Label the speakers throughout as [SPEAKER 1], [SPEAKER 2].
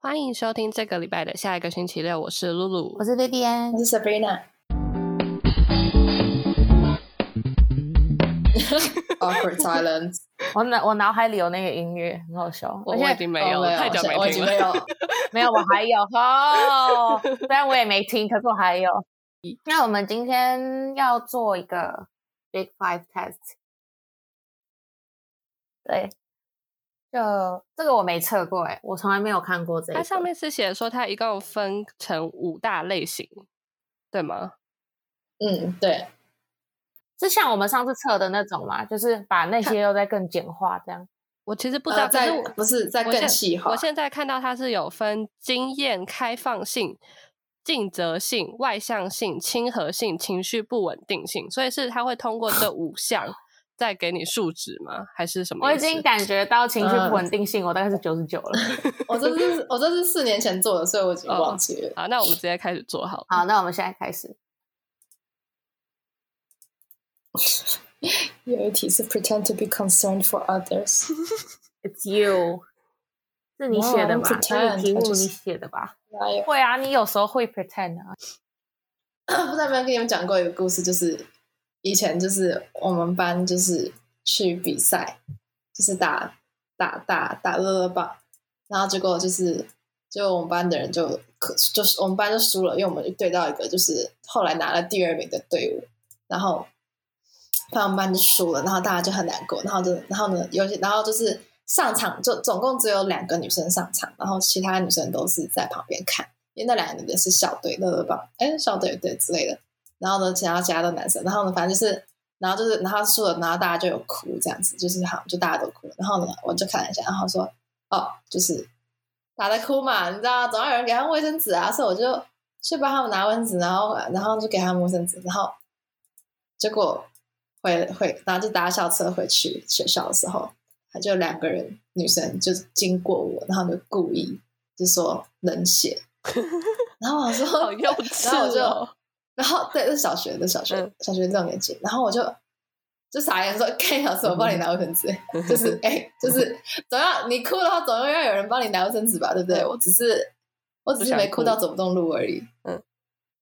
[SPEAKER 1] 欢迎收听这个礼拜的下一个星期六，我是露露
[SPEAKER 2] 我。是 v i v i a
[SPEAKER 3] 我是 Sabrina。Awkward silence。
[SPEAKER 2] 我脑我脑海里有那个音乐，很好笑。
[SPEAKER 1] 我
[SPEAKER 2] 而
[SPEAKER 1] 我已
[SPEAKER 2] 且
[SPEAKER 1] 经 没有
[SPEAKER 3] 哦
[SPEAKER 1] 了，太久
[SPEAKER 3] Oh, 我
[SPEAKER 1] 没
[SPEAKER 3] 已
[SPEAKER 1] 听
[SPEAKER 3] 经
[SPEAKER 1] 了
[SPEAKER 3] 没。有了。
[SPEAKER 2] 没有，我还有哦，虽然我也没听，可是我还有。那我们今天要做一个 Big Five Test，对，就这个我没测过哎、我从来没有看过这个。
[SPEAKER 1] 它上面是写说它一共分成五大类型，对吗？
[SPEAKER 3] 嗯， 对，
[SPEAKER 2] 是像我们上次测的那种嘛，就是把那些又再更简化这样。
[SPEAKER 1] 我其实不
[SPEAKER 3] 不
[SPEAKER 1] 知道，可
[SPEAKER 3] 呃在
[SPEAKER 1] 是我
[SPEAKER 3] 不是在
[SPEAKER 1] 我
[SPEAKER 3] 更
[SPEAKER 1] 现
[SPEAKER 3] 细化
[SPEAKER 1] 我。现在看到它是有分经验、开放性、尽责性、外向性、亲和性、情绪不稳定性，所以是它会通过这五项再给你数值吗？还是什么
[SPEAKER 2] 我
[SPEAKER 1] 意
[SPEAKER 2] 已
[SPEAKER 1] 思？
[SPEAKER 2] 经感觉到情
[SPEAKER 1] 嗯
[SPEAKER 2] 绪不稳定性，我大概是九十九了。
[SPEAKER 3] 我这是 我这是四年前做的，所以我已经
[SPEAKER 1] 哦
[SPEAKER 3] 忘记了。
[SPEAKER 1] 好，那我们直接开始做好了。
[SPEAKER 2] 好，那我们现在开始。
[SPEAKER 3] 有一题是 pretend to be concerned for others。
[SPEAKER 2] It's you，是你写的
[SPEAKER 3] No, I
[SPEAKER 2] 吧
[SPEAKER 3] don't？pretend,
[SPEAKER 2] 那个题目
[SPEAKER 3] I
[SPEAKER 2] 你
[SPEAKER 3] just-
[SPEAKER 2] 写的吧？
[SPEAKER 3] 哪有？
[SPEAKER 2] 会啊，你有时候会 pretend 啊。
[SPEAKER 3] 不知道有没有跟你们讲过一个故事，就是以前就是我们班就是去比赛，就是打打打打乐乐棒，然后结果就是就我们班的人就可就是我们班就输了，因为我们就对到一个就是后来拿了第二名的队伍，然后反正我们班就输了，然后大家就很难过，然后就然后呢，尤其然后就是上场就总共只有两个女生上场，然后其他女生都是在旁边看。因为那两个女的是校队乐乐棒，哎，校队对之类的。然后呢，其他其他的男生，然后呢，反正就是，然后就是，然后输了，然后大家就有哭这样子，就是好，就大家都哭了。然后呢，我就看了一下，然后说，哦，就是大家在哭嘛，你知道，总要有人给他们卫生纸啊，所以我就去帮他们拿卫生纸，然后然后就给他们卫生纸，然后结果回回，然后就搭校车回去学校的时候，他就两个人女生就经过我，然后就故意就说冷血，然后我说
[SPEAKER 1] 好 幼稚、哦，
[SPEAKER 3] 然后我就然后对，是小学的小学、
[SPEAKER 1] 嗯
[SPEAKER 3] 小学这种年纪，然后我就就傻眼说：“看小时我帮你拿卫生纸。” 就是哎、就是总要你哭的话，总要要有人帮你拿卫生纸吧，对不对？
[SPEAKER 1] 嗯
[SPEAKER 3] 我只是我只
[SPEAKER 1] 不
[SPEAKER 3] 是
[SPEAKER 1] 想
[SPEAKER 3] 没哭
[SPEAKER 1] 哭
[SPEAKER 3] 到走不动路而已。
[SPEAKER 1] 嗯，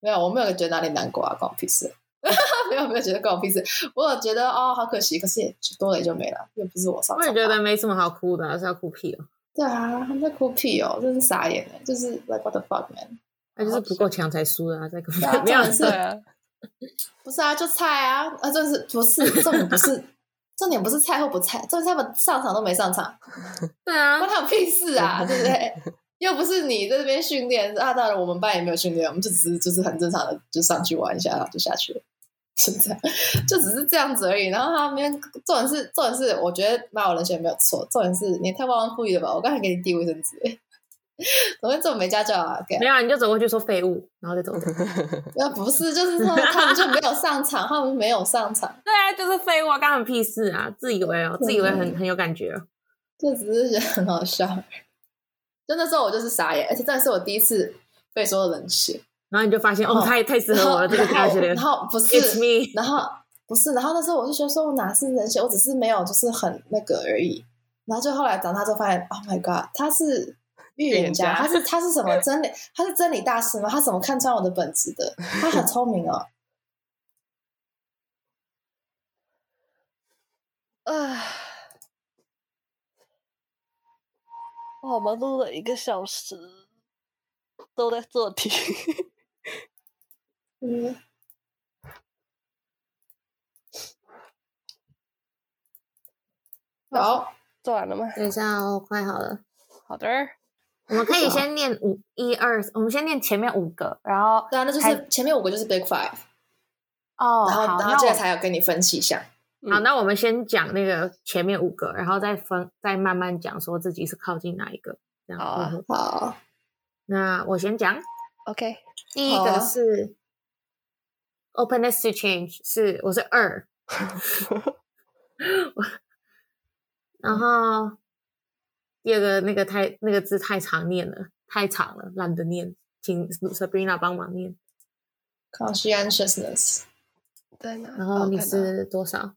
[SPEAKER 3] 没有，我没有觉得哪里难过啊，关我屁事。 没有没有觉得关我屁事，我有觉得哦好可惜，可是也多了也就没了，又不是我上场。
[SPEAKER 2] 没什么好哭的、是要哭屁哦，
[SPEAKER 3] 对啊，他们在哭屁哦，真是傻眼了，就是 like what the fuck man。
[SPEAKER 2] 那就是不够强才输的啊，这个
[SPEAKER 3] 对啊 没有重点是
[SPEAKER 1] 对啊，
[SPEAKER 3] 不是啊，就菜啊，啊，就是不是重点不是重点不是菜或不菜，重点是他们上场都没上场，
[SPEAKER 2] 对啊
[SPEAKER 3] 关他们屁事啊，对不对？又不是你在这边训练啊，当然我们班也没有训练，我们就只是就是很正常的就上去玩一下，然后就下去了， 就这样，就只是这样子而已。然后他们重点是重点是，我觉得骂我人选没有错，重点是你也太忘恩负义了吧？我刚才给你递卫生纸，怎么会这么没家教啊？给
[SPEAKER 2] 没有啊，你就走过去说废物，然后再 走掉。
[SPEAKER 3] 那不是，就是他们他们就没有上场，他们没有上场。
[SPEAKER 2] 对啊，就是废物啊，干我屁事啊！自以为哦，自以为很很有感觉哦。
[SPEAKER 3] 就只是觉得很好笑。就那时候我就是傻眼，而且真的是我第一次被说冷血。
[SPEAKER 2] 然后你就发现
[SPEAKER 3] 哦
[SPEAKER 2] 哦，太太适合我了，这个大学的
[SPEAKER 3] 然后然后不是
[SPEAKER 2] ，It's me。
[SPEAKER 3] 然后不是，然后那时候我就觉得说我哪是冷血，我只是没有就是很那个而已。然后就后来长大之后发现，Oh my god，他是预言
[SPEAKER 1] 预
[SPEAKER 3] 家，
[SPEAKER 1] 言家
[SPEAKER 3] 他是他是什么真理？他是真理大师吗？他怎么看穿我的本质的？他很聪明哦。
[SPEAKER 1] 唉，我们录了一个小时，都在做题。
[SPEAKER 3] 嗯，好。
[SPEAKER 1] 做完了吗？
[SPEAKER 2] 等一下哦，快好了。
[SPEAKER 1] 好的。
[SPEAKER 2] 我们可以先念五一二，我们先念前面五个，然后
[SPEAKER 3] 对啊，那就
[SPEAKER 2] 还
[SPEAKER 3] 是前面五个就是 Big Five，、
[SPEAKER 2] 哦，
[SPEAKER 3] 然后
[SPEAKER 2] 好，
[SPEAKER 3] 然
[SPEAKER 2] 那
[SPEAKER 3] 后这
[SPEAKER 2] 我
[SPEAKER 3] 个才有跟你分析一下。
[SPEAKER 1] 嗯
[SPEAKER 2] 好，那我们先讲那个前面五个，然后再分，再慢慢讲说自己是靠近哪一个。这样
[SPEAKER 1] 好啊
[SPEAKER 2] 嗯
[SPEAKER 3] 好，
[SPEAKER 2] 那我先讲，
[SPEAKER 1] OK，
[SPEAKER 2] 第一
[SPEAKER 3] 好
[SPEAKER 2] 个
[SPEAKER 3] 啊
[SPEAKER 2] 是 openness to change，是我是二，我然后第二个那个太那个字太长念了，太长了，懒得念，请 Sabrina 帮忙念。
[SPEAKER 3] conscientiousness
[SPEAKER 1] 在哪？
[SPEAKER 2] 然后
[SPEAKER 1] 哦
[SPEAKER 2] 你
[SPEAKER 1] 看到了
[SPEAKER 2] 是多少？
[SPEAKER 1] 我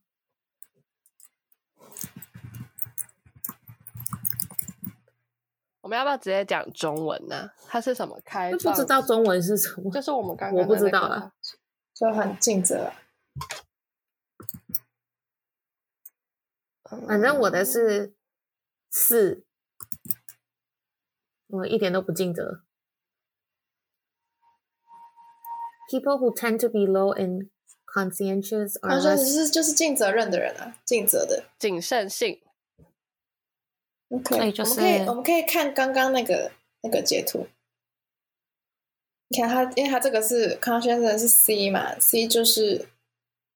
[SPEAKER 1] 我们要不要直接讲中文呢、它是什么开
[SPEAKER 2] 都
[SPEAKER 1] 放？
[SPEAKER 2] 不知道中文是什么，
[SPEAKER 1] 就是我们刚刚
[SPEAKER 2] 我不
[SPEAKER 1] 的
[SPEAKER 2] 知
[SPEAKER 1] 那
[SPEAKER 2] 道啊
[SPEAKER 1] 个
[SPEAKER 2] 了。
[SPEAKER 3] 就很尽责啊。
[SPEAKER 2] 反正我的是四，我一点都不尽责。People who tend to be low and conscientious
[SPEAKER 3] 他
[SPEAKER 2] are
[SPEAKER 3] 说
[SPEAKER 2] less
[SPEAKER 3] 你是就是尽责任的人啊，尽责的。
[SPEAKER 1] 谨慎性，
[SPEAKER 2] 所以
[SPEAKER 3] OK，
[SPEAKER 2] 哎就
[SPEAKER 3] 我们可以
[SPEAKER 2] 是
[SPEAKER 3] 我们可以看刚刚那个那个截图。你看他，因为他这个是康先生是 C 嘛，C 就是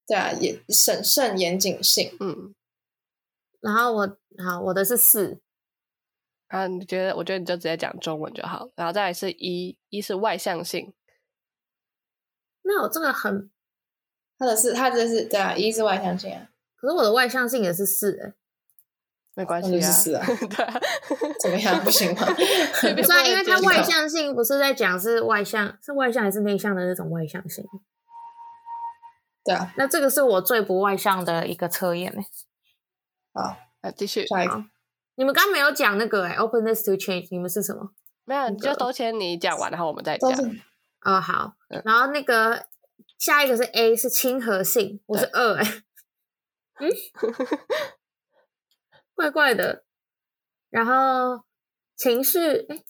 [SPEAKER 3] 对啊，也审慎严谨性。
[SPEAKER 1] 嗯，
[SPEAKER 2] 然后我好，我的是四，
[SPEAKER 1] 然后你觉得？我觉得你就直接讲中文就好。然后再来是一，一是外向性，
[SPEAKER 2] 那我这个很，
[SPEAKER 3] 他的是他这是对啊，一是外向性啊，
[SPEAKER 2] 可是我的外向性也是四、欸，
[SPEAKER 1] 没关
[SPEAKER 2] 哦
[SPEAKER 1] 系
[SPEAKER 3] 那就是
[SPEAKER 1] 啊，
[SPEAKER 3] 四啊，
[SPEAKER 1] 对啊，
[SPEAKER 3] 怎么样不行吗？
[SPEAKER 1] 随
[SPEAKER 2] 不
[SPEAKER 1] 便
[SPEAKER 2] 是、啊，
[SPEAKER 1] 不会
[SPEAKER 2] 因为
[SPEAKER 1] 接
[SPEAKER 2] 它
[SPEAKER 1] 受
[SPEAKER 2] 外向性不是在讲是外向，是外向还是内向的那种外向性。
[SPEAKER 3] 对啊，
[SPEAKER 2] 那这个是我最不外向的一个测验、欸、
[SPEAKER 3] 好，
[SPEAKER 1] 啊，继续，
[SPEAKER 3] 下一个
[SPEAKER 2] 好你们刚没有讲那个哎、o p e n n e s s to change，你们是什么？
[SPEAKER 1] 没有，你就
[SPEAKER 2] 个
[SPEAKER 1] 都先你讲完，然后我们再讲
[SPEAKER 3] 都。是
[SPEAKER 2] 哦，好
[SPEAKER 1] 嗯，
[SPEAKER 2] 然后那个下一个是 A 是亲和性，我是二哎、嗯，怪怪的。然后情绪哎、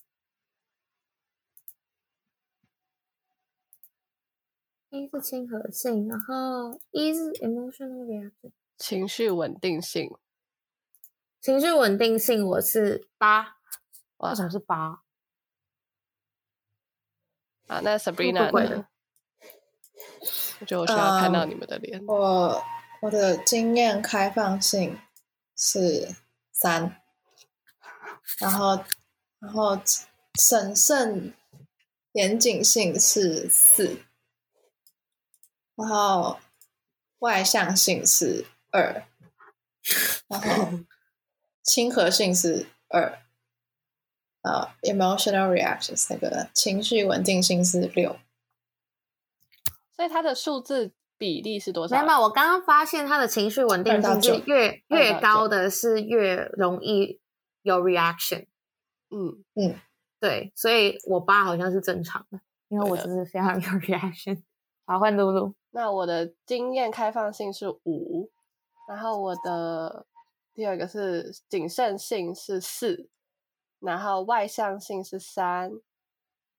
[SPEAKER 2] a 是亲和性，然后一是 emotional reaction，
[SPEAKER 1] 情绪稳定性，
[SPEAKER 2] 情绪稳定性我是八，
[SPEAKER 1] 哇
[SPEAKER 2] 为什么是八？
[SPEAKER 1] 啊，那 Sabrina
[SPEAKER 2] 不会
[SPEAKER 1] 呢
[SPEAKER 2] 的？
[SPEAKER 1] 我觉得我需要看到
[SPEAKER 3] 嗯
[SPEAKER 1] 你们的脸。
[SPEAKER 3] 我我的经验开放性是三，然后然后审慎严谨性是四，然后外向性是二，然后亲和性是二，呃，emotional reactions 那个情绪稳定性是六，
[SPEAKER 1] 所以它的数字比例是多
[SPEAKER 2] 没
[SPEAKER 1] 少？
[SPEAKER 2] 有，没有我刚刚发现他的情绪稳定
[SPEAKER 3] 二到
[SPEAKER 2] 性
[SPEAKER 3] 九
[SPEAKER 2] 是越
[SPEAKER 1] 二
[SPEAKER 2] 越
[SPEAKER 1] 到
[SPEAKER 2] 高
[SPEAKER 1] 九
[SPEAKER 2] 的是越容易有 reaction。
[SPEAKER 1] 嗯，
[SPEAKER 2] 对，所以我爸好像是正常的，因为
[SPEAKER 1] 对
[SPEAKER 2] 我
[SPEAKER 1] 的
[SPEAKER 2] 只是非常有 reaction。好，换露露。
[SPEAKER 1] 那我的经验开放性是五，然后我的第二个是谨慎性是四，然后外向性是三，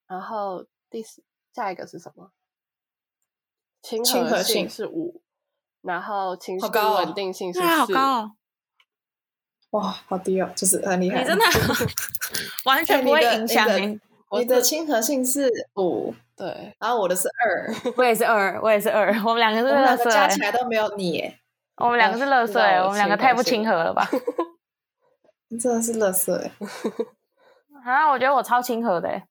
[SPEAKER 1] 然后第四下一个是什么？亲
[SPEAKER 3] 亲和
[SPEAKER 1] 和性
[SPEAKER 3] 性
[SPEAKER 1] 是五，然后情绪
[SPEAKER 3] 好高哦
[SPEAKER 1] 稳定性是
[SPEAKER 4] 对啊，好
[SPEAKER 1] 四。
[SPEAKER 4] 高哦！
[SPEAKER 3] 哇，好低哦，就是很厉害。
[SPEAKER 4] 你真的完
[SPEAKER 3] 哎
[SPEAKER 4] 全
[SPEAKER 3] 你
[SPEAKER 4] 不会
[SPEAKER 3] 的
[SPEAKER 4] 影
[SPEAKER 3] 你
[SPEAKER 4] 响
[SPEAKER 3] 的
[SPEAKER 4] 你。
[SPEAKER 1] 我
[SPEAKER 3] 你的
[SPEAKER 1] 是
[SPEAKER 3] 亲和性是五，
[SPEAKER 1] 对，
[SPEAKER 3] 然后我的是二，
[SPEAKER 4] 我也是二，我也是二，我们两个
[SPEAKER 3] 我
[SPEAKER 1] 啊
[SPEAKER 4] 是乐
[SPEAKER 3] 们两个
[SPEAKER 4] 色
[SPEAKER 3] 加
[SPEAKER 4] 欸
[SPEAKER 3] 起，来都没有你耶，
[SPEAKER 4] 我们两个是乐色欸，
[SPEAKER 1] 哇
[SPEAKER 4] 我们两个太不亲和了吧？
[SPEAKER 3] 你真的是乐色哎！
[SPEAKER 4] 啊，我觉得我超亲和的欸，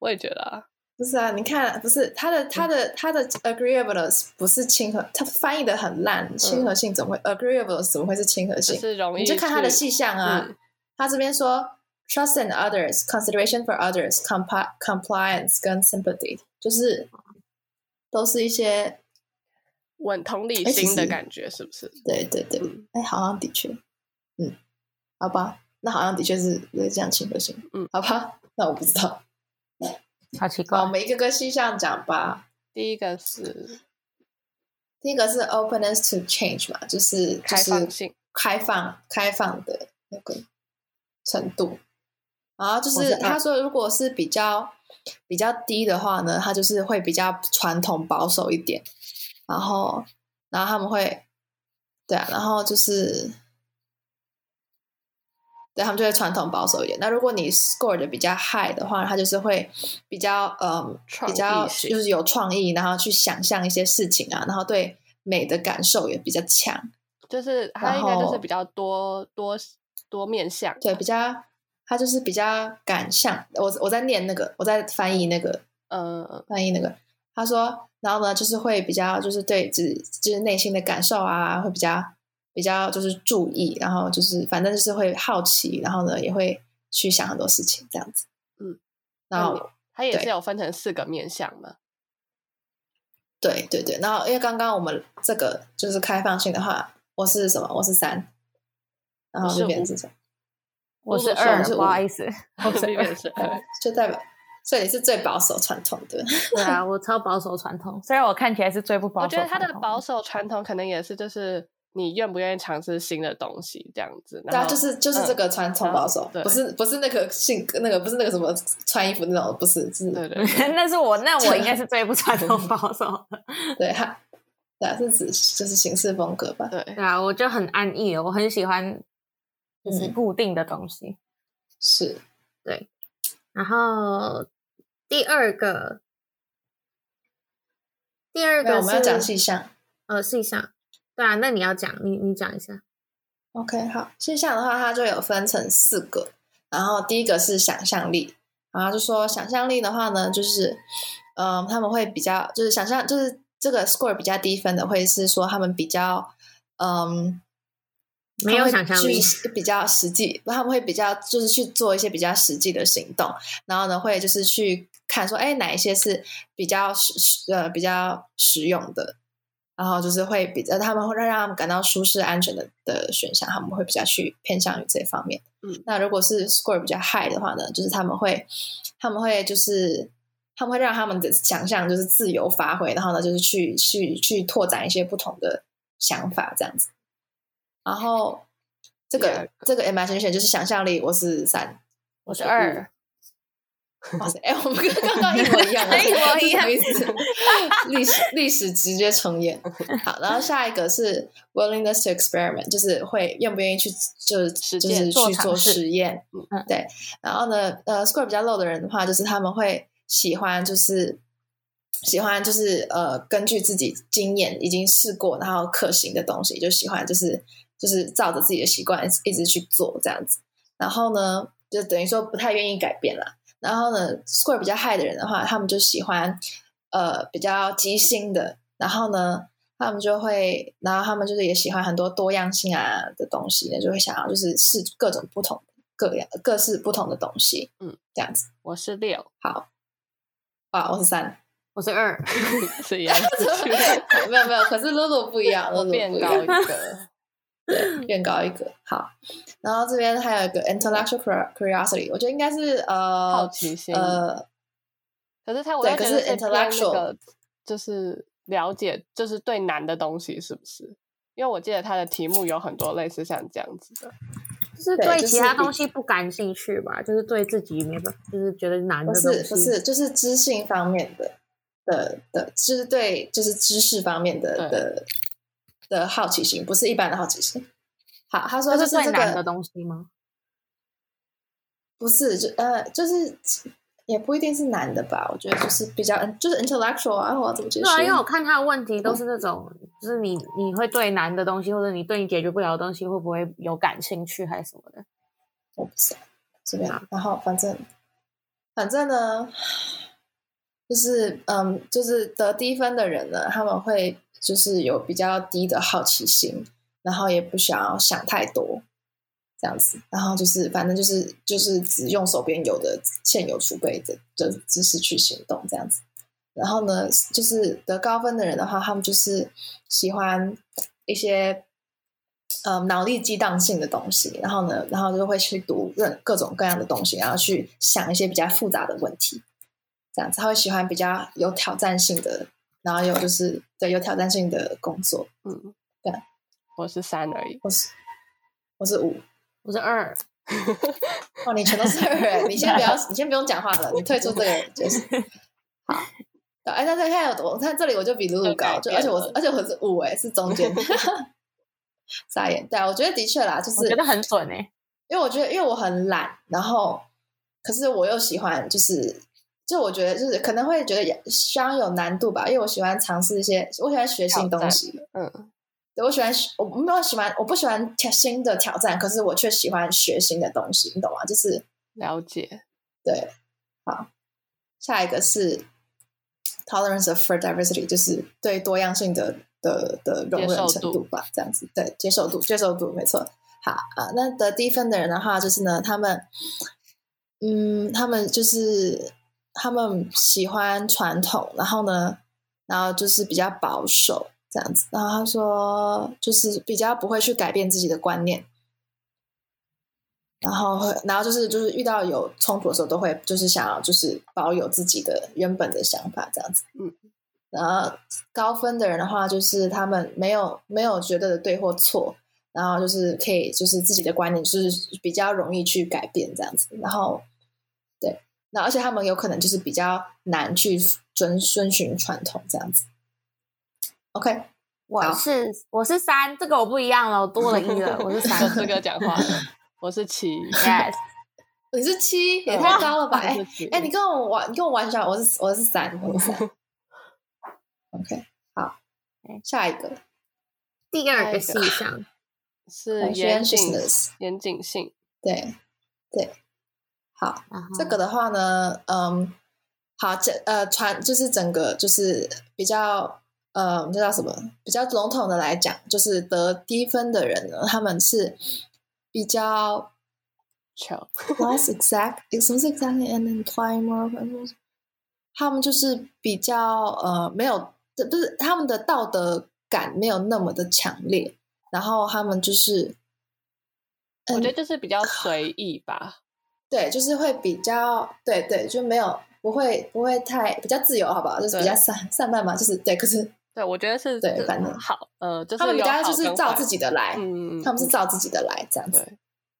[SPEAKER 1] 我也觉得、啊，
[SPEAKER 3] 不是啊，你看，不是他的他的他的 agreeableness 不是亲和，他翻译的很烂，亲和性怎么会 agreeableness 怎么会是亲和
[SPEAKER 1] 嗯就
[SPEAKER 3] 性？
[SPEAKER 1] 是容易
[SPEAKER 3] 你就看他的
[SPEAKER 1] 去
[SPEAKER 3] 细项啊，
[SPEAKER 1] 嗯
[SPEAKER 3] 他这边说 trust in others, consideration for others, compa- compliance 跟 sympathy，就是都是一些
[SPEAKER 1] 稳同理
[SPEAKER 3] 哎其
[SPEAKER 1] 心的
[SPEAKER 3] 实
[SPEAKER 1] 感觉，是不是？
[SPEAKER 3] 对对对，
[SPEAKER 1] 嗯
[SPEAKER 3] 哎、好像的确，嗯，好吧，那好像的确是是这样亲和性，
[SPEAKER 1] 嗯，
[SPEAKER 3] 好吧，那我不知道，
[SPEAKER 4] 好奇怪
[SPEAKER 3] 好，我。们一个个细项讲吧。
[SPEAKER 1] 第一个是
[SPEAKER 3] 第一个是 openness to change 嘛，就是就
[SPEAKER 1] 开
[SPEAKER 3] 是
[SPEAKER 1] 放性，
[SPEAKER 3] 开放开放的那个程度。然后就
[SPEAKER 4] 我是
[SPEAKER 3] 是
[SPEAKER 4] 二
[SPEAKER 3] 他说，如果是比较比较低的话呢，他就是会比较传统保守一点，然后然后他们会对啊，然后就是对他们就会传统保守一点。那如果你 score 的比较 high 的话，他就是会比较嗯
[SPEAKER 1] 创
[SPEAKER 3] 比
[SPEAKER 1] 意
[SPEAKER 3] 较
[SPEAKER 1] 性
[SPEAKER 3] 就是有创意，然后去想象一些事情啊，然后对美的感受也比较强。
[SPEAKER 1] 就是它
[SPEAKER 3] 然
[SPEAKER 1] 应该就是
[SPEAKER 3] 后
[SPEAKER 1] 比较多多多面向，
[SPEAKER 3] 对，比较他就是比较敢向我，我在念那个，我在翻译那个
[SPEAKER 1] 呃，
[SPEAKER 3] 翻译那个，他说，然后呢，就是会比较就是对自就是内心的感受啊，会比较比较就是注意，然后就是反正就是会好奇，然后呢也会去想很多事情这样子，
[SPEAKER 1] 嗯，
[SPEAKER 3] 然后
[SPEAKER 1] 那你它也是
[SPEAKER 3] 对
[SPEAKER 1] 有分成四个面向嘛，
[SPEAKER 3] 对对对，然后因为刚刚我们这个就是开放性的话，我是什么？我是三，然后
[SPEAKER 1] 我是
[SPEAKER 3] 这边
[SPEAKER 1] 五
[SPEAKER 3] 是什么？
[SPEAKER 4] 我是
[SPEAKER 3] 如果
[SPEAKER 4] 二，
[SPEAKER 3] 说是
[SPEAKER 4] 不
[SPEAKER 3] 五
[SPEAKER 4] 好意思，
[SPEAKER 1] 我 这边是二，
[SPEAKER 3] 就代表，所以你是最保守传统的。
[SPEAKER 2] 对啊，我超保守传统，
[SPEAKER 4] 虽然我看起来是最不保守，
[SPEAKER 1] 我觉得他的，保守传统可能也是就是你愿不愿意尝试新的东西这样子。
[SPEAKER 3] 对
[SPEAKER 1] 然
[SPEAKER 3] 啊，
[SPEAKER 1] 后
[SPEAKER 3] 就是就是这个传统
[SPEAKER 1] 嗯
[SPEAKER 3] 保守，
[SPEAKER 1] 对
[SPEAKER 3] 不是不是那个性格，那个不是那个什么穿衣服那种，不是，是
[SPEAKER 1] 对对 对
[SPEAKER 4] 那是我，那我应该是最不传统 保守的。
[SPEAKER 3] 对哈，对啊，是指就是行事风格吧。
[SPEAKER 1] 对，
[SPEAKER 2] 对啊，我就很安逸了，我很喜欢就是
[SPEAKER 3] 嗯
[SPEAKER 2] 固定的东西。
[SPEAKER 3] 是，
[SPEAKER 2] 然后第二个，第二
[SPEAKER 3] 没有
[SPEAKER 2] 个
[SPEAKER 3] 我们要讲
[SPEAKER 2] 是
[SPEAKER 3] 细项。
[SPEAKER 2] 呃细项，对啊，那你要讲，你你讲一下，
[SPEAKER 3] OK，好，细项的话，它就有分成四个。然后第一个是想象力，然后他就说想象力的话呢，就是，嗯、他们会比较，就是想象，就是这个 score 比较低分的，会是说他们比较，嗯，
[SPEAKER 2] 没有
[SPEAKER 3] 他们会
[SPEAKER 2] 想象力
[SPEAKER 3] 去比较实际，他们会比较就是去做一些比较实际的行动，然后呢会就是去看说，哎，哪一些是比较实实呃比较实用的，然后就是会比较他们会让他们感到舒适安全的的选项，他们会比较去偏向于这方面。
[SPEAKER 1] 嗯，
[SPEAKER 3] 那如果是 score 比较 high 的话呢，就是他们会他们会就是他们会让他们的想象就是自由发挥，然后呢就是去去去拓展一些不同的想法这样子。然后这
[SPEAKER 1] 第二
[SPEAKER 3] 个
[SPEAKER 1] 个
[SPEAKER 3] 这个 imagination 就是想象力，我是三，
[SPEAKER 4] 我是二，
[SPEAKER 3] 哇塞，哎、我们跟刚刚一模一样，啊
[SPEAKER 4] 一模一样
[SPEAKER 3] 这是什么意思？ 历史历史直接重演。好，然后下一个是 willingness to experiment，就是会愿不愿意去就是
[SPEAKER 1] 实
[SPEAKER 3] 就
[SPEAKER 1] 践
[SPEAKER 3] 是
[SPEAKER 4] 做
[SPEAKER 3] 去
[SPEAKER 4] 尝
[SPEAKER 3] 做
[SPEAKER 4] 试
[SPEAKER 3] 实验，
[SPEAKER 4] 嗯
[SPEAKER 3] 对。然后呢，呃，score 比较 low 的人的话，就是他们会喜欢就是。喜欢就是呃，根据自己经验已经试过，然后可行的东西，就喜欢就是就是照着自己的习惯一直去做这样子。然后呢，就等于说不太愿意改变啦。然后呢，score 比较 high 的人的话，他们就喜欢呃比较即兴的，然后呢，他们就会，然后他们就是也喜欢很多多样性啊的东西呢，就会想要就是试各种不同各样各式不同的东西，
[SPEAKER 1] 嗯，
[SPEAKER 3] 这样子。
[SPEAKER 1] 我是六，
[SPEAKER 3] 好，啊，我是三，
[SPEAKER 2] 我是二，
[SPEAKER 1] 是一样的，
[SPEAKER 3] 没有没有，可是露露不一样，露
[SPEAKER 1] 我
[SPEAKER 3] 露不一
[SPEAKER 1] 变
[SPEAKER 3] 样
[SPEAKER 1] 高一个，
[SPEAKER 3] 变高一个。好，然后这边还有一个 intellectual curi- curiosity，我觉得应该是呃
[SPEAKER 1] 好奇心
[SPEAKER 3] 呃
[SPEAKER 1] 可是他我
[SPEAKER 3] 对
[SPEAKER 1] 又觉
[SPEAKER 3] 可
[SPEAKER 1] 得
[SPEAKER 3] 是
[SPEAKER 1] 偏那
[SPEAKER 3] intellectual
[SPEAKER 1] 个就是了解，就是对难的东西是不是？因为我记得他的题目有很多类似像这样子的，
[SPEAKER 2] 就是
[SPEAKER 3] 对
[SPEAKER 2] 对
[SPEAKER 3] 就是
[SPEAKER 2] 其他
[SPEAKER 3] 比
[SPEAKER 2] 东西不感兴趣吧，就是对自己没办法，就是觉得难的
[SPEAKER 3] 不
[SPEAKER 2] 东
[SPEAKER 3] 是
[SPEAKER 2] 西，
[SPEAKER 3] 不是，就是知性方面的的的，就是对就是知识方面的
[SPEAKER 1] 对
[SPEAKER 3] 的的好奇心，不是一般的好奇心。好，他说
[SPEAKER 2] 这
[SPEAKER 3] 就是是
[SPEAKER 2] 最
[SPEAKER 3] 这
[SPEAKER 2] 难的
[SPEAKER 3] 个
[SPEAKER 2] 东西吗？
[SPEAKER 3] 不是就呃就是也不一定是难的吧，我觉得就是比较嗯就是 intellectual 啊，我要怎么解
[SPEAKER 2] 对啊，因为我
[SPEAKER 3] 释？
[SPEAKER 2] 看他的问题都是那种，就是你你会对难的东西，或者你对你解决不了的东西，会不会有感兴趣还是什么的？
[SPEAKER 3] 我不是这边，然后反正反正呢，就是嗯，就是得低分的人呢，他们会就是有比较低的好奇心，然后也不想要想太多，这样子，然后就是反正就是就是只用手边有的现有储备的的知识去行动这样子。然后呢，就是得高分的人的话，他们就是喜欢一些呃脑力激荡性的东西，然后呢，然后就会去读各各种各样的东西，然后去想一些比较复杂的问题，这样子他会喜欢比较有挑战性的，然后有就是对有挑战性的工作。
[SPEAKER 1] 嗯，
[SPEAKER 3] 对，
[SPEAKER 1] 我是三而已，
[SPEAKER 3] 我是我是五，
[SPEAKER 2] 我是二，
[SPEAKER 3] 哇，你全都是 二人，你先不要，你先不用讲话了，你退出这个 就是好。对哎，但是看我，我看这里我就比露露高，就而且我是而且我是五哎，是 中间， 傻眼。对啊，我觉得的确啦，就是
[SPEAKER 4] 我觉得很准欸诶。
[SPEAKER 3] 因为我觉得，因为我很懒，然后可是我又喜欢，就是就我觉得就是可能会觉得也需要有难度吧，因为我喜欢尝试一些，我喜欢学新东西，
[SPEAKER 1] 嗯，
[SPEAKER 3] 对我喜欢学，我没有喜欢，我不喜欢挑新的挑战，可是我却喜欢学新的东西，你懂吗？就是
[SPEAKER 1] 了解，
[SPEAKER 3] 对，好，下一个是 tolerance of for diversity，就是对多样性的的的容
[SPEAKER 1] 接受
[SPEAKER 3] 忍
[SPEAKER 1] 度
[SPEAKER 3] 程度吧，这样子，对，接受度，接受度，没错。好啊、呃那得低分的人的话，就是呢，他们，嗯，他们就是他们喜欢传统，然后呢，然后就是比较保守这样子。然后他说，就是比较不会去改变自己的观念，然后会，然后就是就是遇到有冲突的时候，都会就是想要就是保有自己的原本的想法这样子。
[SPEAKER 1] 嗯，
[SPEAKER 3] 然后高分的人的话，就是他们没有没有觉得的对或错，然后就是可以就是自己的观点就是比较容易去改变这样子。然后对，那而且他们有可能就是比较难去遵遵循传统这样子。OK，
[SPEAKER 4] 我
[SPEAKER 3] 好
[SPEAKER 4] 是我是三，这个我不一样了，我多了一了，我是 三
[SPEAKER 1] 有。资格讲话。我是七，
[SPEAKER 4] yes，
[SPEAKER 3] 你是七，也太高了吧？ 哎
[SPEAKER 1] 我是七
[SPEAKER 3] 哎、你跟我玩，你跟我玩一下，我是我是三，我是三。OK，好
[SPEAKER 4] 嗯，
[SPEAKER 3] 下一个
[SPEAKER 2] 第二
[SPEAKER 1] 下一个
[SPEAKER 2] 个细项，
[SPEAKER 1] 是严谨
[SPEAKER 3] Conscientiousness
[SPEAKER 1] 严谨性，
[SPEAKER 3] 对对，好，
[SPEAKER 4] 然后
[SPEAKER 3] 这个的话呢，嗯，好，这呃传就是整个就是比较呃这叫什么？比较笼统的来讲，就是得低分的人呢，他们是比较
[SPEAKER 1] 巧
[SPEAKER 3] less exact，什么是 exactly and imply more？他们就是比较呃没有，这不是他们的道德感没有那么的强烈，然后他们就是嗯
[SPEAKER 1] 我觉得就是比较随意 吧。
[SPEAKER 3] 对，就是会比较对对，就没有不会不会太比较自由，好不好？就是比较散散漫嘛，就是对。可是
[SPEAKER 1] 对，我觉得是
[SPEAKER 3] 对
[SPEAKER 1] 这
[SPEAKER 3] 反正
[SPEAKER 1] 好，呃，就是
[SPEAKER 3] 他们比
[SPEAKER 1] 有
[SPEAKER 3] 较
[SPEAKER 1] 好
[SPEAKER 3] 就是
[SPEAKER 1] 跟
[SPEAKER 3] 照
[SPEAKER 1] 坏
[SPEAKER 3] 自，己的来，
[SPEAKER 1] 嗯，嗯嗯
[SPEAKER 3] 他们是照自己的来这样子。
[SPEAKER 1] 对，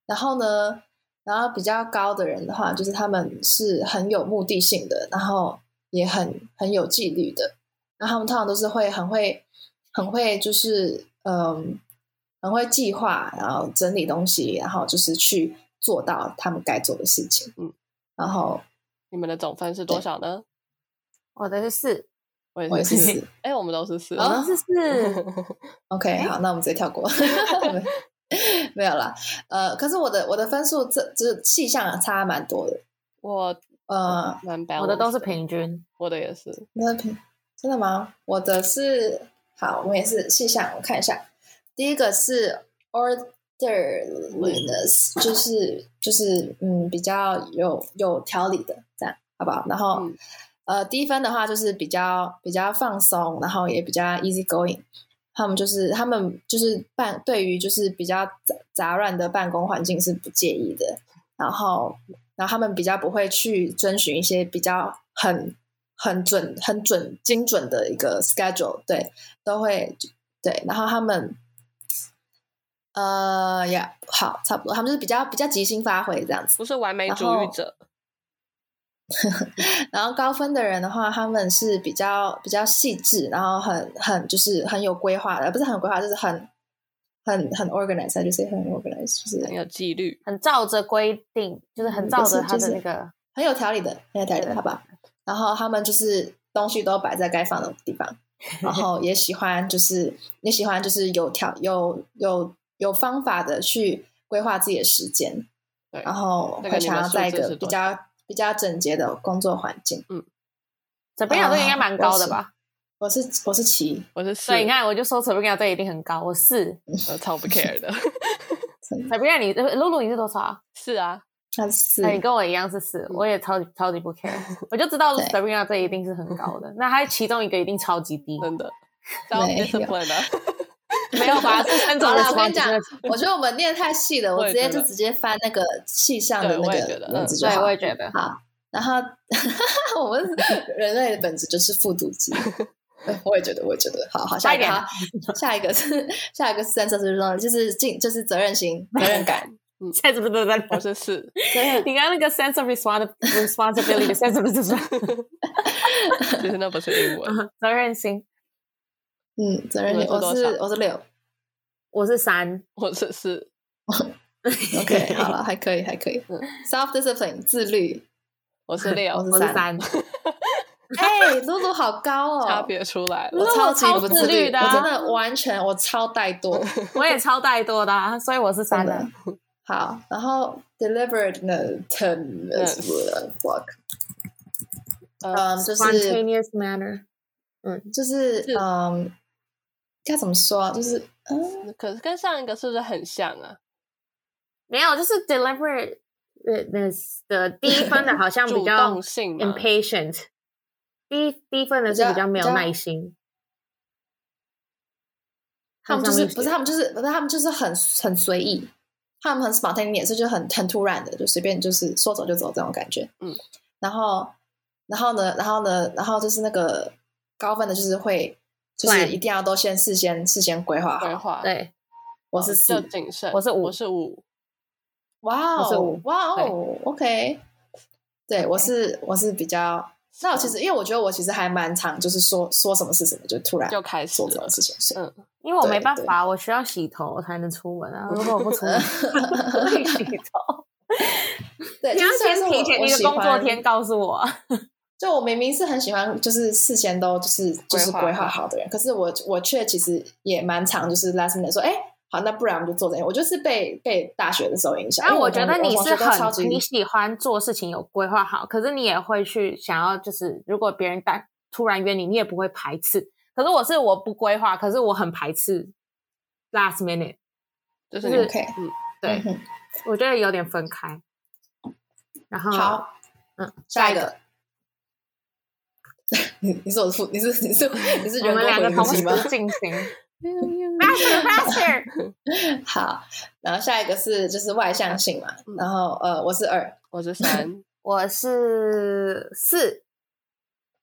[SPEAKER 3] 然后呢，然后比较高的人的话，就是他们是很有目的性的，然后也很很有纪律的。然后他们通常都是会很会很会就是嗯很会计划，然后整理东西，然后就是去做到他们该做的事情。
[SPEAKER 1] 嗯，
[SPEAKER 3] 然后
[SPEAKER 1] 你们的总分是多少呢？
[SPEAKER 4] 我的是四，
[SPEAKER 1] 我
[SPEAKER 3] 我也
[SPEAKER 1] 也
[SPEAKER 3] 是
[SPEAKER 1] 是
[SPEAKER 3] 四哦
[SPEAKER 1] 四，哎，我们都是四
[SPEAKER 4] 我，的是四。
[SPEAKER 3] OK，好，那我们直接跳过，没有啦。呃，可是我的我的分数这这细项啊差蛮多的。
[SPEAKER 1] 我
[SPEAKER 3] 呃，
[SPEAKER 1] 蛮 b a
[SPEAKER 4] 我的都是，平均，
[SPEAKER 1] 我的也是，
[SPEAKER 3] 那平真的吗？我的是好，我也是细项，我看一下。第一个是 orderliness，就是就是嗯，比较有有条理的这样，好不好？然后、
[SPEAKER 1] 嗯
[SPEAKER 3] 呃，低分的话就是比较比较放松，然后也比较 easy going。他们就是他们就是办对于就是比较杂杂乱的办公环境是不介意的，然后然后他们比较不会去遵循一些比较很很准、很准、精准的一个 schedule，对，都会对。然后他们，呃，呀，好，差不多，他们就是比较比较即兴发挥这样子。
[SPEAKER 1] 不是完美主
[SPEAKER 3] 然
[SPEAKER 1] 义
[SPEAKER 3] 后
[SPEAKER 1] 者，
[SPEAKER 3] 然后高分的人的话，他们是比较比较细致，然后很很就是很有规划的，不是很有规划，就是很很很 organized，就是很 organized，就是
[SPEAKER 1] 很有纪律，
[SPEAKER 4] 很照着规定，就是很照着他
[SPEAKER 3] 就
[SPEAKER 4] 的
[SPEAKER 3] 是
[SPEAKER 4] 那个，
[SPEAKER 3] 很有条理的，很有条理的，
[SPEAKER 4] 对
[SPEAKER 3] 好吧？然后他们就是东西都摆在该放的地方，然后也喜欢就是也喜欢就是有条有有有方法的去规划自己的时间，
[SPEAKER 1] 对
[SPEAKER 3] 然后
[SPEAKER 1] 那个
[SPEAKER 3] 会
[SPEAKER 1] 你
[SPEAKER 3] 想
[SPEAKER 1] 们
[SPEAKER 3] 要
[SPEAKER 1] 数
[SPEAKER 3] 在一
[SPEAKER 1] 字
[SPEAKER 3] 个
[SPEAKER 1] 是
[SPEAKER 3] 比
[SPEAKER 1] 多
[SPEAKER 3] 较比较整洁的工作环境。
[SPEAKER 4] 怎么样？这个应该
[SPEAKER 3] 哦
[SPEAKER 4] 蛮高的吧？
[SPEAKER 3] 我是我是奇，
[SPEAKER 1] 我是四
[SPEAKER 4] 所，以你看，我就说 Sabrina 这一定很高，我四。
[SPEAKER 1] 我超不 care 的，
[SPEAKER 4] Sabrina 你呃露露你是多少啊？
[SPEAKER 1] 是啊，
[SPEAKER 3] 他是四
[SPEAKER 4] 那你跟我一样是四，我也超级超级不 care，我 就知道
[SPEAKER 3] 对
[SPEAKER 4] Sabrina 这一定是很高的，那他其中一个一定超级低，
[SPEAKER 1] 真的，超
[SPEAKER 3] 没有
[SPEAKER 1] discipline 的，
[SPEAKER 4] 没有吧？是三种
[SPEAKER 3] 好
[SPEAKER 4] 人
[SPEAKER 3] 啦，我跟你
[SPEAKER 4] 超
[SPEAKER 3] 讲
[SPEAKER 4] 级的，
[SPEAKER 3] 我觉得我们念太细了，
[SPEAKER 1] 我
[SPEAKER 3] 我
[SPEAKER 1] 也
[SPEAKER 3] 直接
[SPEAKER 1] 觉
[SPEAKER 3] 就
[SPEAKER 1] 得
[SPEAKER 3] 直接翻那个细项
[SPEAKER 1] 对
[SPEAKER 3] 的那
[SPEAKER 1] 我也觉
[SPEAKER 3] 个
[SPEAKER 1] 得
[SPEAKER 3] 文字
[SPEAKER 1] 嗯
[SPEAKER 3] 就好
[SPEAKER 4] 对，
[SPEAKER 3] 了。
[SPEAKER 4] 我也觉得。
[SPEAKER 3] 好，然后 我们人类的本质就是复读机。哎我也觉得，我也觉得，好好，下一个，
[SPEAKER 4] 快点
[SPEAKER 3] 好，下一个是下一个是三色之中，就是尽就是责任心、责任感，
[SPEAKER 4] 现在是不是在？
[SPEAKER 1] 我是四，
[SPEAKER 3] 责任
[SPEAKER 4] 你刚刚那个 sense of respons- responsibility，sense of responsibility，
[SPEAKER 1] 其实那不是英文，
[SPEAKER 4] 责任心，
[SPEAKER 3] 嗯，责任心，
[SPEAKER 1] 你们是
[SPEAKER 3] 我
[SPEAKER 1] 多
[SPEAKER 3] 是
[SPEAKER 1] 少
[SPEAKER 3] 我是六
[SPEAKER 4] 我是三，
[SPEAKER 1] 我是四，
[SPEAKER 3] ，OK，好了，还可以，还可以
[SPEAKER 1] 嗯
[SPEAKER 3] ，self discipline 自律，
[SPEAKER 1] 我是
[SPEAKER 3] 我
[SPEAKER 1] 六，
[SPEAKER 3] 是
[SPEAKER 4] 我是
[SPEAKER 3] 三
[SPEAKER 4] 三，
[SPEAKER 3] 哎，露露好高
[SPEAKER 1] 差
[SPEAKER 3] 哦，
[SPEAKER 1] 别出来
[SPEAKER 3] 我
[SPEAKER 4] 露
[SPEAKER 1] 了，
[SPEAKER 4] 露
[SPEAKER 3] 超级
[SPEAKER 4] 超
[SPEAKER 3] 不
[SPEAKER 4] 自律
[SPEAKER 3] 律
[SPEAKER 4] 的啊
[SPEAKER 3] 我真的完全我超怠惰，
[SPEAKER 4] 我也超怠惰的啊，所以我是三
[SPEAKER 3] 真
[SPEAKER 4] 的
[SPEAKER 3] 的。好，然后 delivered 呢 ten work，
[SPEAKER 1] 呃，
[SPEAKER 3] 嗯，就是
[SPEAKER 2] spontaneous manner，
[SPEAKER 3] 就是
[SPEAKER 1] 是
[SPEAKER 3] 嗯，该怎么说啊？就是嗯，
[SPEAKER 1] 可是跟上一个是不是很像啊？
[SPEAKER 4] 没有，就是 deliberate 呃那的低分的好像
[SPEAKER 1] 主
[SPEAKER 4] 比较
[SPEAKER 1] 动性嘛，
[SPEAKER 4] impatient，低低分的是
[SPEAKER 3] 呃比较
[SPEAKER 4] 比较没有
[SPEAKER 3] 比较
[SPEAKER 4] 耐心。
[SPEAKER 3] 他们就是
[SPEAKER 4] 好像
[SPEAKER 3] 不是他们就是不是他们就是很很随意，他们很 spontaneous，所以就很很突然的，就随便就是说走就走这种感觉。
[SPEAKER 1] 嗯，
[SPEAKER 3] 然后然后呢，然后呢，然后就是那个高分的，就是会就是
[SPEAKER 2] 对
[SPEAKER 3] 一定要都先事先事先规划
[SPEAKER 1] 规
[SPEAKER 3] 好。
[SPEAKER 1] 划。，
[SPEAKER 2] 对，
[SPEAKER 3] 我是
[SPEAKER 1] 就
[SPEAKER 3] 四，
[SPEAKER 1] 谨慎，
[SPEAKER 2] 我是五
[SPEAKER 1] 我是五，
[SPEAKER 3] 哇
[SPEAKER 2] 我是
[SPEAKER 3] 哦
[SPEAKER 2] 五，
[SPEAKER 3] 哇哦，OK，对我是我是比较。那我其实，因为我觉得我其实还蛮常，就是说说什么是什么，就突然
[SPEAKER 1] 就开始
[SPEAKER 3] 做这
[SPEAKER 1] 了
[SPEAKER 3] 种。事情。是
[SPEAKER 1] 嗯
[SPEAKER 2] 因为我
[SPEAKER 3] 对
[SPEAKER 2] 没办
[SPEAKER 3] 对
[SPEAKER 2] 法，我需要洗头我才能出门 啊。如果我不出门，我会洗头。
[SPEAKER 3] 对，
[SPEAKER 2] 你
[SPEAKER 3] 就
[SPEAKER 2] 要
[SPEAKER 3] 是虽然
[SPEAKER 2] 先
[SPEAKER 3] 说
[SPEAKER 2] 提
[SPEAKER 3] 我
[SPEAKER 2] 前
[SPEAKER 3] 我
[SPEAKER 2] 一个
[SPEAKER 3] 喜
[SPEAKER 2] 工作
[SPEAKER 3] 欢
[SPEAKER 2] 天告诉我啊。
[SPEAKER 3] 就我明明是很喜欢，就是事先都就是就是
[SPEAKER 1] 规划
[SPEAKER 3] 规划好的人，可是我我却其实也蛮常就是 last minute 说，哎、好，那不然我们就做这个。我就是被被大学的时候影响，
[SPEAKER 2] 但
[SPEAKER 3] 因为
[SPEAKER 2] 我
[SPEAKER 3] 我
[SPEAKER 2] 觉得
[SPEAKER 3] 同
[SPEAKER 2] 你
[SPEAKER 3] 我同
[SPEAKER 2] 是
[SPEAKER 3] 学都超级
[SPEAKER 2] 很你喜欢做事情有规划好，可是你也会去想要，就是如果别人单突然约你，你也不会排斥。可是我是我不规划，可是我很排斥 last minute，
[SPEAKER 1] 就是
[SPEAKER 2] 就
[SPEAKER 1] 你
[SPEAKER 2] 是
[SPEAKER 3] ，OK
[SPEAKER 1] 嗯，
[SPEAKER 2] 对、
[SPEAKER 3] 嗯
[SPEAKER 2] 我觉得有点分开。然后
[SPEAKER 3] 哼好，
[SPEAKER 2] 嗯，
[SPEAKER 3] 下一个。 你你是我的父，你是你是你是
[SPEAKER 2] 我
[SPEAKER 3] 人
[SPEAKER 2] 们
[SPEAKER 3] 工
[SPEAKER 2] 两个
[SPEAKER 3] 回
[SPEAKER 2] 同
[SPEAKER 3] 应机吗？
[SPEAKER 2] 时进行
[SPEAKER 4] faster faster，
[SPEAKER 3] 好，然后下一个是就是外向性嘛，
[SPEAKER 1] 嗯
[SPEAKER 3] 然后呃，我是二
[SPEAKER 1] 我是三，
[SPEAKER 2] 我是四，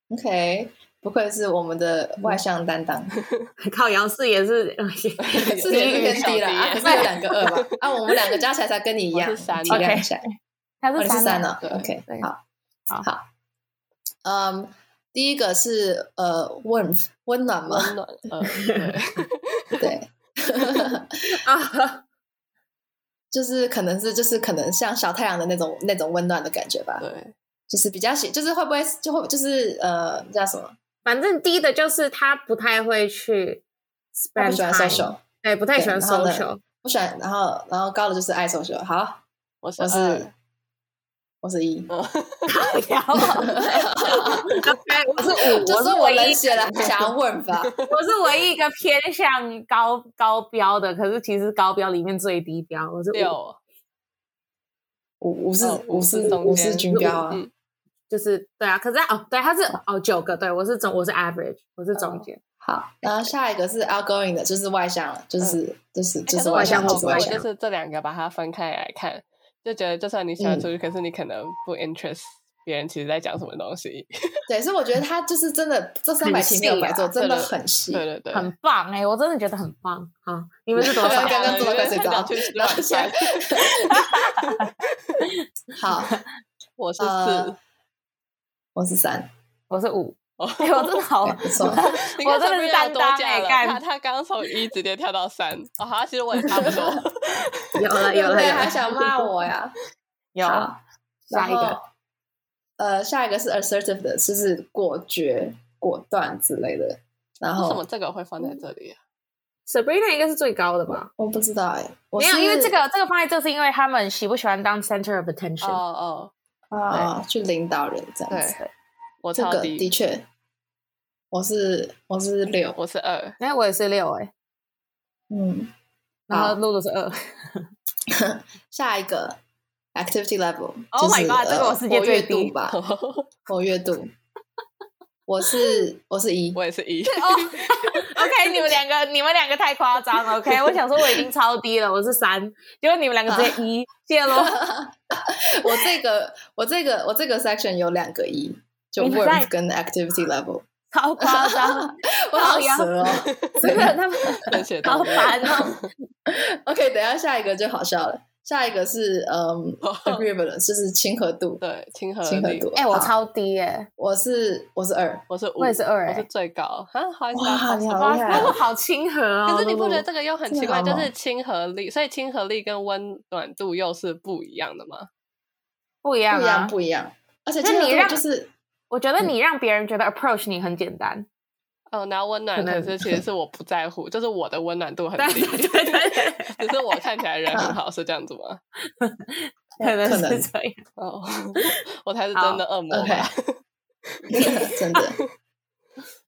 [SPEAKER 3] ，OK，不愧是我们的外向担当。
[SPEAKER 2] 靠杨四也 是，
[SPEAKER 3] 四点是偏低了啊，可是有两个二吧？啊，我们两个加起来才跟你一样，
[SPEAKER 1] 我是三
[SPEAKER 3] 体谅一下。
[SPEAKER 2] 他
[SPEAKER 3] 哦，
[SPEAKER 2] 是
[SPEAKER 3] 你是三
[SPEAKER 2] 呢、
[SPEAKER 3] 呢
[SPEAKER 1] 对
[SPEAKER 3] ？OK，
[SPEAKER 2] 对
[SPEAKER 3] 好，
[SPEAKER 2] 好
[SPEAKER 3] 好，嗯，第一个是呃温温暖嘛，
[SPEAKER 1] 温暖，呃，对
[SPEAKER 3] 对，
[SPEAKER 2] 啊，
[SPEAKER 3] 就是可能是就是可能像小太阳的那种那种温暖的感觉吧，
[SPEAKER 1] 对，
[SPEAKER 3] 就是比较喜，就是会不会就会就是呃叫什么？
[SPEAKER 2] 反正低的就是他不太会去
[SPEAKER 3] 他
[SPEAKER 2] spend
[SPEAKER 3] 不喜欢
[SPEAKER 2] time
[SPEAKER 3] social，
[SPEAKER 2] 对，不太
[SPEAKER 3] 对
[SPEAKER 2] 喜欢
[SPEAKER 3] 然后呢
[SPEAKER 2] social。
[SPEAKER 3] 不喜欢，然后然后高的就是爱 social。好，
[SPEAKER 1] 我是
[SPEAKER 3] 我
[SPEAKER 1] 二嗯
[SPEAKER 3] 是，我是一。
[SPEAKER 2] 然后 OK，我是五，
[SPEAKER 3] 就
[SPEAKER 2] 我
[SPEAKER 3] 是
[SPEAKER 2] 是
[SPEAKER 3] 我
[SPEAKER 2] 唯
[SPEAKER 3] 冷
[SPEAKER 2] 一，
[SPEAKER 3] 血了，想要问 吧？
[SPEAKER 2] 我是唯一一个偏向高高标的，可是其实高标里面最低标，我是 五，
[SPEAKER 1] 六，
[SPEAKER 3] 五五是
[SPEAKER 1] 哦
[SPEAKER 3] 五是
[SPEAKER 1] 五是中间
[SPEAKER 3] 五是军标啊，
[SPEAKER 1] 嗯，
[SPEAKER 2] 就是对啊，可是哦，对，他是哦九个，对我是总，我是 average，我是
[SPEAKER 3] 嗯
[SPEAKER 2] 中间，
[SPEAKER 3] 好，然后下一个是 outgoing 的，就是外向了，就是、就是
[SPEAKER 1] 欸可
[SPEAKER 3] 就
[SPEAKER 1] 是
[SPEAKER 3] 是
[SPEAKER 1] 我
[SPEAKER 3] 外
[SPEAKER 1] 觉
[SPEAKER 3] 向，
[SPEAKER 1] 得
[SPEAKER 2] 我
[SPEAKER 3] 就
[SPEAKER 1] 好
[SPEAKER 3] 是
[SPEAKER 1] 过
[SPEAKER 3] 外
[SPEAKER 1] 就
[SPEAKER 3] 向。
[SPEAKER 1] 是这两个把它分开来看，就觉得就算你喜欢出去，可是你可能不 interest 别人其实在讲什么东西。
[SPEAKER 3] 对，所以我觉得他就是真的，这三百题没有白做，真的很细。
[SPEAKER 1] 啊对对对，
[SPEAKER 2] 很棒哎、我真的觉 得很棒。好，你们是 多少
[SPEAKER 3] 对？ 刚刚做到快睡 着
[SPEAKER 1] 想去吃晚
[SPEAKER 3] 然
[SPEAKER 1] 餐。
[SPEAKER 3] 好，
[SPEAKER 1] 我是
[SPEAKER 3] 呃
[SPEAKER 1] 四，
[SPEAKER 3] 我是三，
[SPEAKER 2] 我是 五，
[SPEAKER 1] 哦
[SPEAKER 2] 哎、我真的好
[SPEAKER 3] 对，不 错。
[SPEAKER 1] 你看
[SPEAKER 2] 我真的
[SPEAKER 1] Sabrina
[SPEAKER 2] 是担
[SPEAKER 1] 多
[SPEAKER 2] 当
[SPEAKER 1] 加
[SPEAKER 2] 欸
[SPEAKER 1] 了
[SPEAKER 2] 干
[SPEAKER 1] 他他刚刚从一直接跳到三，哦，好，其实我也差不多。
[SPEAKER 2] 有了有了
[SPEAKER 3] 对
[SPEAKER 2] 有
[SPEAKER 3] 还
[SPEAKER 2] 了
[SPEAKER 3] 想骂我呀？
[SPEAKER 2] 有
[SPEAKER 3] 好，
[SPEAKER 2] 下一
[SPEAKER 3] 然
[SPEAKER 2] 个
[SPEAKER 3] 后。呃，下一个是 assertive 的，就是果决、果断之类的。然
[SPEAKER 1] 为什么
[SPEAKER 3] 后
[SPEAKER 1] 这个会放在这里啊？
[SPEAKER 2] Sabrina 应该是最高的吧？
[SPEAKER 3] 我不知道哎、我
[SPEAKER 2] 没有，
[SPEAKER 3] 是
[SPEAKER 2] 因为这个这个放在这是因为他们喜不喜欢当 center of attention，、
[SPEAKER 1] 哦哦，
[SPEAKER 3] 啊，去领导人这样子。
[SPEAKER 1] 对，我
[SPEAKER 3] 这
[SPEAKER 1] 超
[SPEAKER 3] 个的
[SPEAKER 1] 低，
[SPEAKER 3] 确，我是我是六，
[SPEAKER 1] 我是二，
[SPEAKER 2] 哎、我也是六哎、
[SPEAKER 3] 嗯。
[SPEAKER 2] 然
[SPEAKER 3] 好
[SPEAKER 2] 后露露是 二。
[SPEAKER 3] 下一个 activity level，
[SPEAKER 2] Oh
[SPEAKER 3] 就是
[SPEAKER 2] my god，这个我
[SPEAKER 3] 呃
[SPEAKER 2] 世界
[SPEAKER 3] 活
[SPEAKER 2] 最
[SPEAKER 3] 跃
[SPEAKER 2] 低
[SPEAKER 3] 度吧，活跃度。 我是我是 一，
[SPEAKER 1] 我也是一。
[SPEAKER 2] 哦，OK，你们两个，你们两个太夸张了。OK，我想说我已经超低了，我是三，结果你们两个直
[SPEAKER 3] 啊
[SPEAKER 2] 接一，谢喽。
[SPEAKER 3] 我这个我这个我这个 section 有两个一，就
[SPEAKER 2] 你在
[SPEAKER 3] work 跟 activity level，
[SPEAKER 2] 超夸 张，
[SPEAKER 3] 我好蛇哦。
[SPEAKER 2] 真的他们
[SPEAKER 1] 冷血动
[SPEAKER 2] 好
[SPEAKER 1] 物
[SPEAKER 2] 烦哦。
[SPEAKER 3] OK，等一下下一个就好笑了，下一个 是嗯 agreeable，就是亲和度，
[SPEAKER 1] 对，亲和
[SPEAKER 3] 亲和
[SPEAKER 1] 力，
[SPEAKER 3] 度。
[SPEAKER 2] 哎、我
[SPEAKER 3] 好，
[SPEAKER 2] 超低哎、
[SPEAKER 3] 我是我是二，
[SPEAKER 1] 我是五，
[SPEAKER 2] 我也是二
[SPEAKER 1] 我
[SPEAKER 2] 哎
[SPEAKER 1] 是最高。啊，好意思啊，
[SPEAKER 3] 哇，你
[SPEAKER 1] 好
[SPEAKER 3] 好厉
[SPEAKER 2] 欸，
[SPEAKER 3] 害
[SPEAKER 2] 他们
[SPEAKER 3] 哦！
[SPEAKER 2] 好亲和哦。
[SPEAKER 1] 可是你不觉得
[SPEAKER 2] 露
[SPEAKER 1] 这个又很
[SPEAKER 3] 真的
[SPEAKER 1] 奇怪，
[SPEAKER 3] 好
[SPEAKER 1] 就
[SPEAKER 3] 猛
[SPEAKER 1] 是亲和力，所以亲和力跟温暖度又是不一样的吗？
[SPEAKER 2] 露不一样
[SPEAKER 3] 不一
[SPEAKER 2] 啊
[SPEAKER 3] 样？不一样，而且
[SPEAKER 2] 那
[SPEAKER 3] 亲和
[SPEAKER 2] 你让
[SPEAKER 3] 度就是
[SPEAKER 2] 我觉得你让别人觉得 approach 你很简单，
[SPEAKER 1] 哦，然后温暖
[SPEAKER 2] 可
[SPEAKER 1] 可
[SPEAKER 2] 能
[SPEAKER 1] 是其实是我不在乎，就是我的温暖度很
[SPEAKER 2] 对
[SPEAKER 1] 低，
[SPEAKER 2] 对对对
[SPEAKER 1] 只是我看起来人很好，是这样子吗？
[SPEAKER 2] 可能
[SPEAKER 3] 可
[SPEAKER 2] 是
[SPEAKER 3] 能
[SPEAKER 2] 这样。
[SPEAKER 1] 哦，我啊才是真的恶魔吧？
[SPEAKER 3] 真的。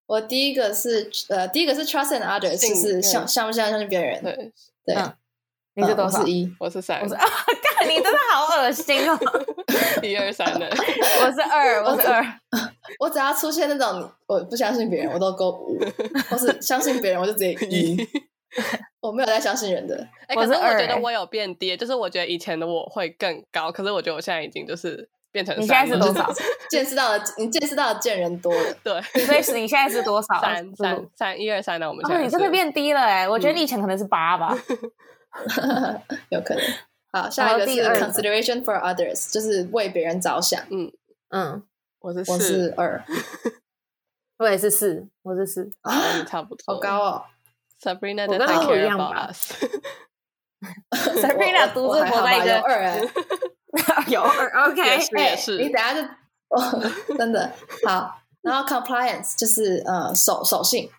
[SPEAKER 3] 我第一个是呃，第一个是 trust and others，
[SPEAKER 1] 信
[SPEAKER 3] 就是
[SPEAKER 1] 任
[SPEAKER 3] 相相不相信别人。
[SPEAKER 1] 对，
[SPEAKER 3] 对，
[SPEAKER 2] 嗯你是
[SPEAKER 3] 嗯
[SPEAKER 2] 多
[SPEAKER 3] 我
[SPEAKER 2] 少？
[SPEAKER 3] 是一，
[SPEAKER 1] 我是三
[SPEAKER 2] 我，是啊，干你真的好恶心哦！
[SPEAKER 1] 一二三的，
[SPEAKER 2] 我是二，我是二，
[SPEAKER 3] 我只要出现那种我不相信别人，我都勾五；或是相信别人，我就直接一。 我没有在相信人的，
[SPEAKER 1] 哎、
[SPEAKER 5] 我
[SPEAKER 1] 可
[SPEAKER 5] 是
[SPEAKER 1] 是我
[SPEAKER 5] 二
[SPEAKER 1] 觉得
[SPEAKER 5] 欸
[SPEAKER 1] 我有变低，就是我觉得以前的我会更高，可是我觉得我现在已经就是变成
[SPEAKER 5] 你现
[SPEAKER 1] 三
[SPEAKER 5] 在是
[SPEAKER 1] 了
[SPEAKER 5] 多少？
[SPEAKER 3] 见识到的你见识到的见人多了，
[SPEAKER 1] 对，
[SPEAKER 5] 所以是你现在是多少？
[SPEAKER 2] 嗯
[SPEAKER 1] 三三三一二三呢？我们现
[SPEAKER 5] 哦，
[SPEAKER 1] 在
[SPEAKER 5] 你真的
[SPEAKER 1] 是
[SPEAKER 5] 变低了哎、我觉得你以前可能是八吧。
[SPEAKER 3] 有可能。好，下一个是
[SPEAKER 2] 然后第二
[SPEAKER 3] consideration for others，就是为别人着想。
[SPEAKER 2] 嗯，
[SPEAKER 1] 我是四，
[SPEAKER 3] 我是二
[SPEAKER 2] 我也是四，我是四。
[SPEAKER 1] 跟
[SPEAKER 3] 啊
[SPEAKER 1] 你，差不多。
[SPEAKER 3] 好高 哦
[SPEAKER 1] Sabrina
[SPEAKER 2] 我
[SPEAKER 1] doesn't
[SPEAKER 2] 跟他不一
[SPEAKER 1] care
[SPEAKER 2] 样
[SPEAKER 1] about
[SPEAKER 2] 吧
[SPEAKER 1] us。
[SPEAKER 2] Sabrina
[SPEAKER 3] 我
[SPEAKER 2] 独
[SPEAKER 3] 我
[SPEAKER 2] 自
[SPEAKER 3] 我还好
[SPEAKER 2] 活在一
[SPEAKER 3] 吧
[SPEAKER 2] 个
[SPEAKER 3] 有二 哎，
[SPEAKER 2] 有二 OK，
[SPEAKER 1] 也是
[SPEAKER 3] 哎
[SPEAKER 1] 也是
[SPEAKER 3] 你等下就，哦、真的好。然后 compliance 就是呃守守信，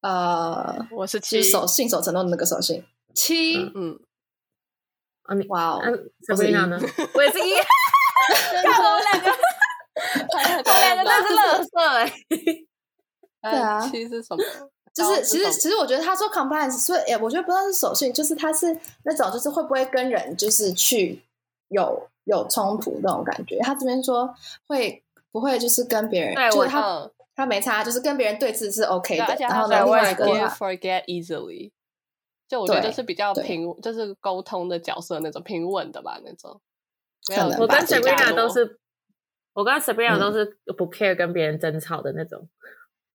[SPEAKER 3] 呃，
[SPEAKER 1] 我是
[SPEAKER 3] 就
[SPEAKER 1] 七
[SPEAKER 3] 是守信守承诺的那个守信。
[SPEAKER 1] 七，嗯，
[SPEAKER 2] 哦你
[SPEAKER 3] 哇
[SPEAKER 1] 啊
[SPEAKER 3] 哦，
[SPEAKER 2] 嗯
[SPEAKER 3] 我是一
[SPEAKER 2] ，Sabrina 呢？ 我也是一，
[SPEAKER 3] 看我两个，
[SPEAKER 2] 我两个真是乐色哎。
[SPEAKER 1] 对
[SPEAKER 3] 对啊
[SPEAKER 1] 嗯七是什么？
[SPEAKER 3] 就是
[SPEAKER 1] 高
[SPEAKER 3] 其实
[SPEAKER 1] 什么
[SPEAKER 3] 其实我觉得他说 compliance，所以哎，我觉得不知道是守信，就是他是那种就是会不会跟人就是去有有冲突那种感觉。他这边说会不会就是跟别人，
[SPEAKER 2] 对
[SPEAKER 3] 就
[SPEAKER 2] 我
[SPEAKER 3] 是他
[SPEAKER 1] 嗯，
[SPEAKER 3] 他没差，就是跟别人对峙是 OK
[SPEAKER 1] 对，啊
[SPEAKER 3] 的。
[SPEAKER 1] 而且
[SPEAKER 3] 然
[SPEAKER 1] 他
[SPEAKER 3] 后
[SPEAKER 1] 说
[SPEAKER 3] 呢，另外一个
[SPEAKER 1] forgive
[SPEAKER 3] 话
[SPEAKER 1] forget easily，就我觉得
[SPEAKER 3] 对
[SPEAKER 1] 就是比较
[SPEAKER 3] 对
[SPEAKER 1] 平，就是沟通的角色那种平稳的吧，那种。没
[SPEAKER 3] 可
[SPEAKER 1] 有，
[SPEAKER 3] 能
[SPEAKER 2] 我
[SPEAKER 3] 吧
[SPEAKER 2] 跟
[SPEAKER 3] 这个
[SPEAKER 2] Sabrina 都
[SPEAKER 1] 是。
[SPEAKER 2] 是，我跟 Sabrina
[SPEAKER 3] 嗯
[SPEAKER 2] 都是不 care 跟别人争吵的那种。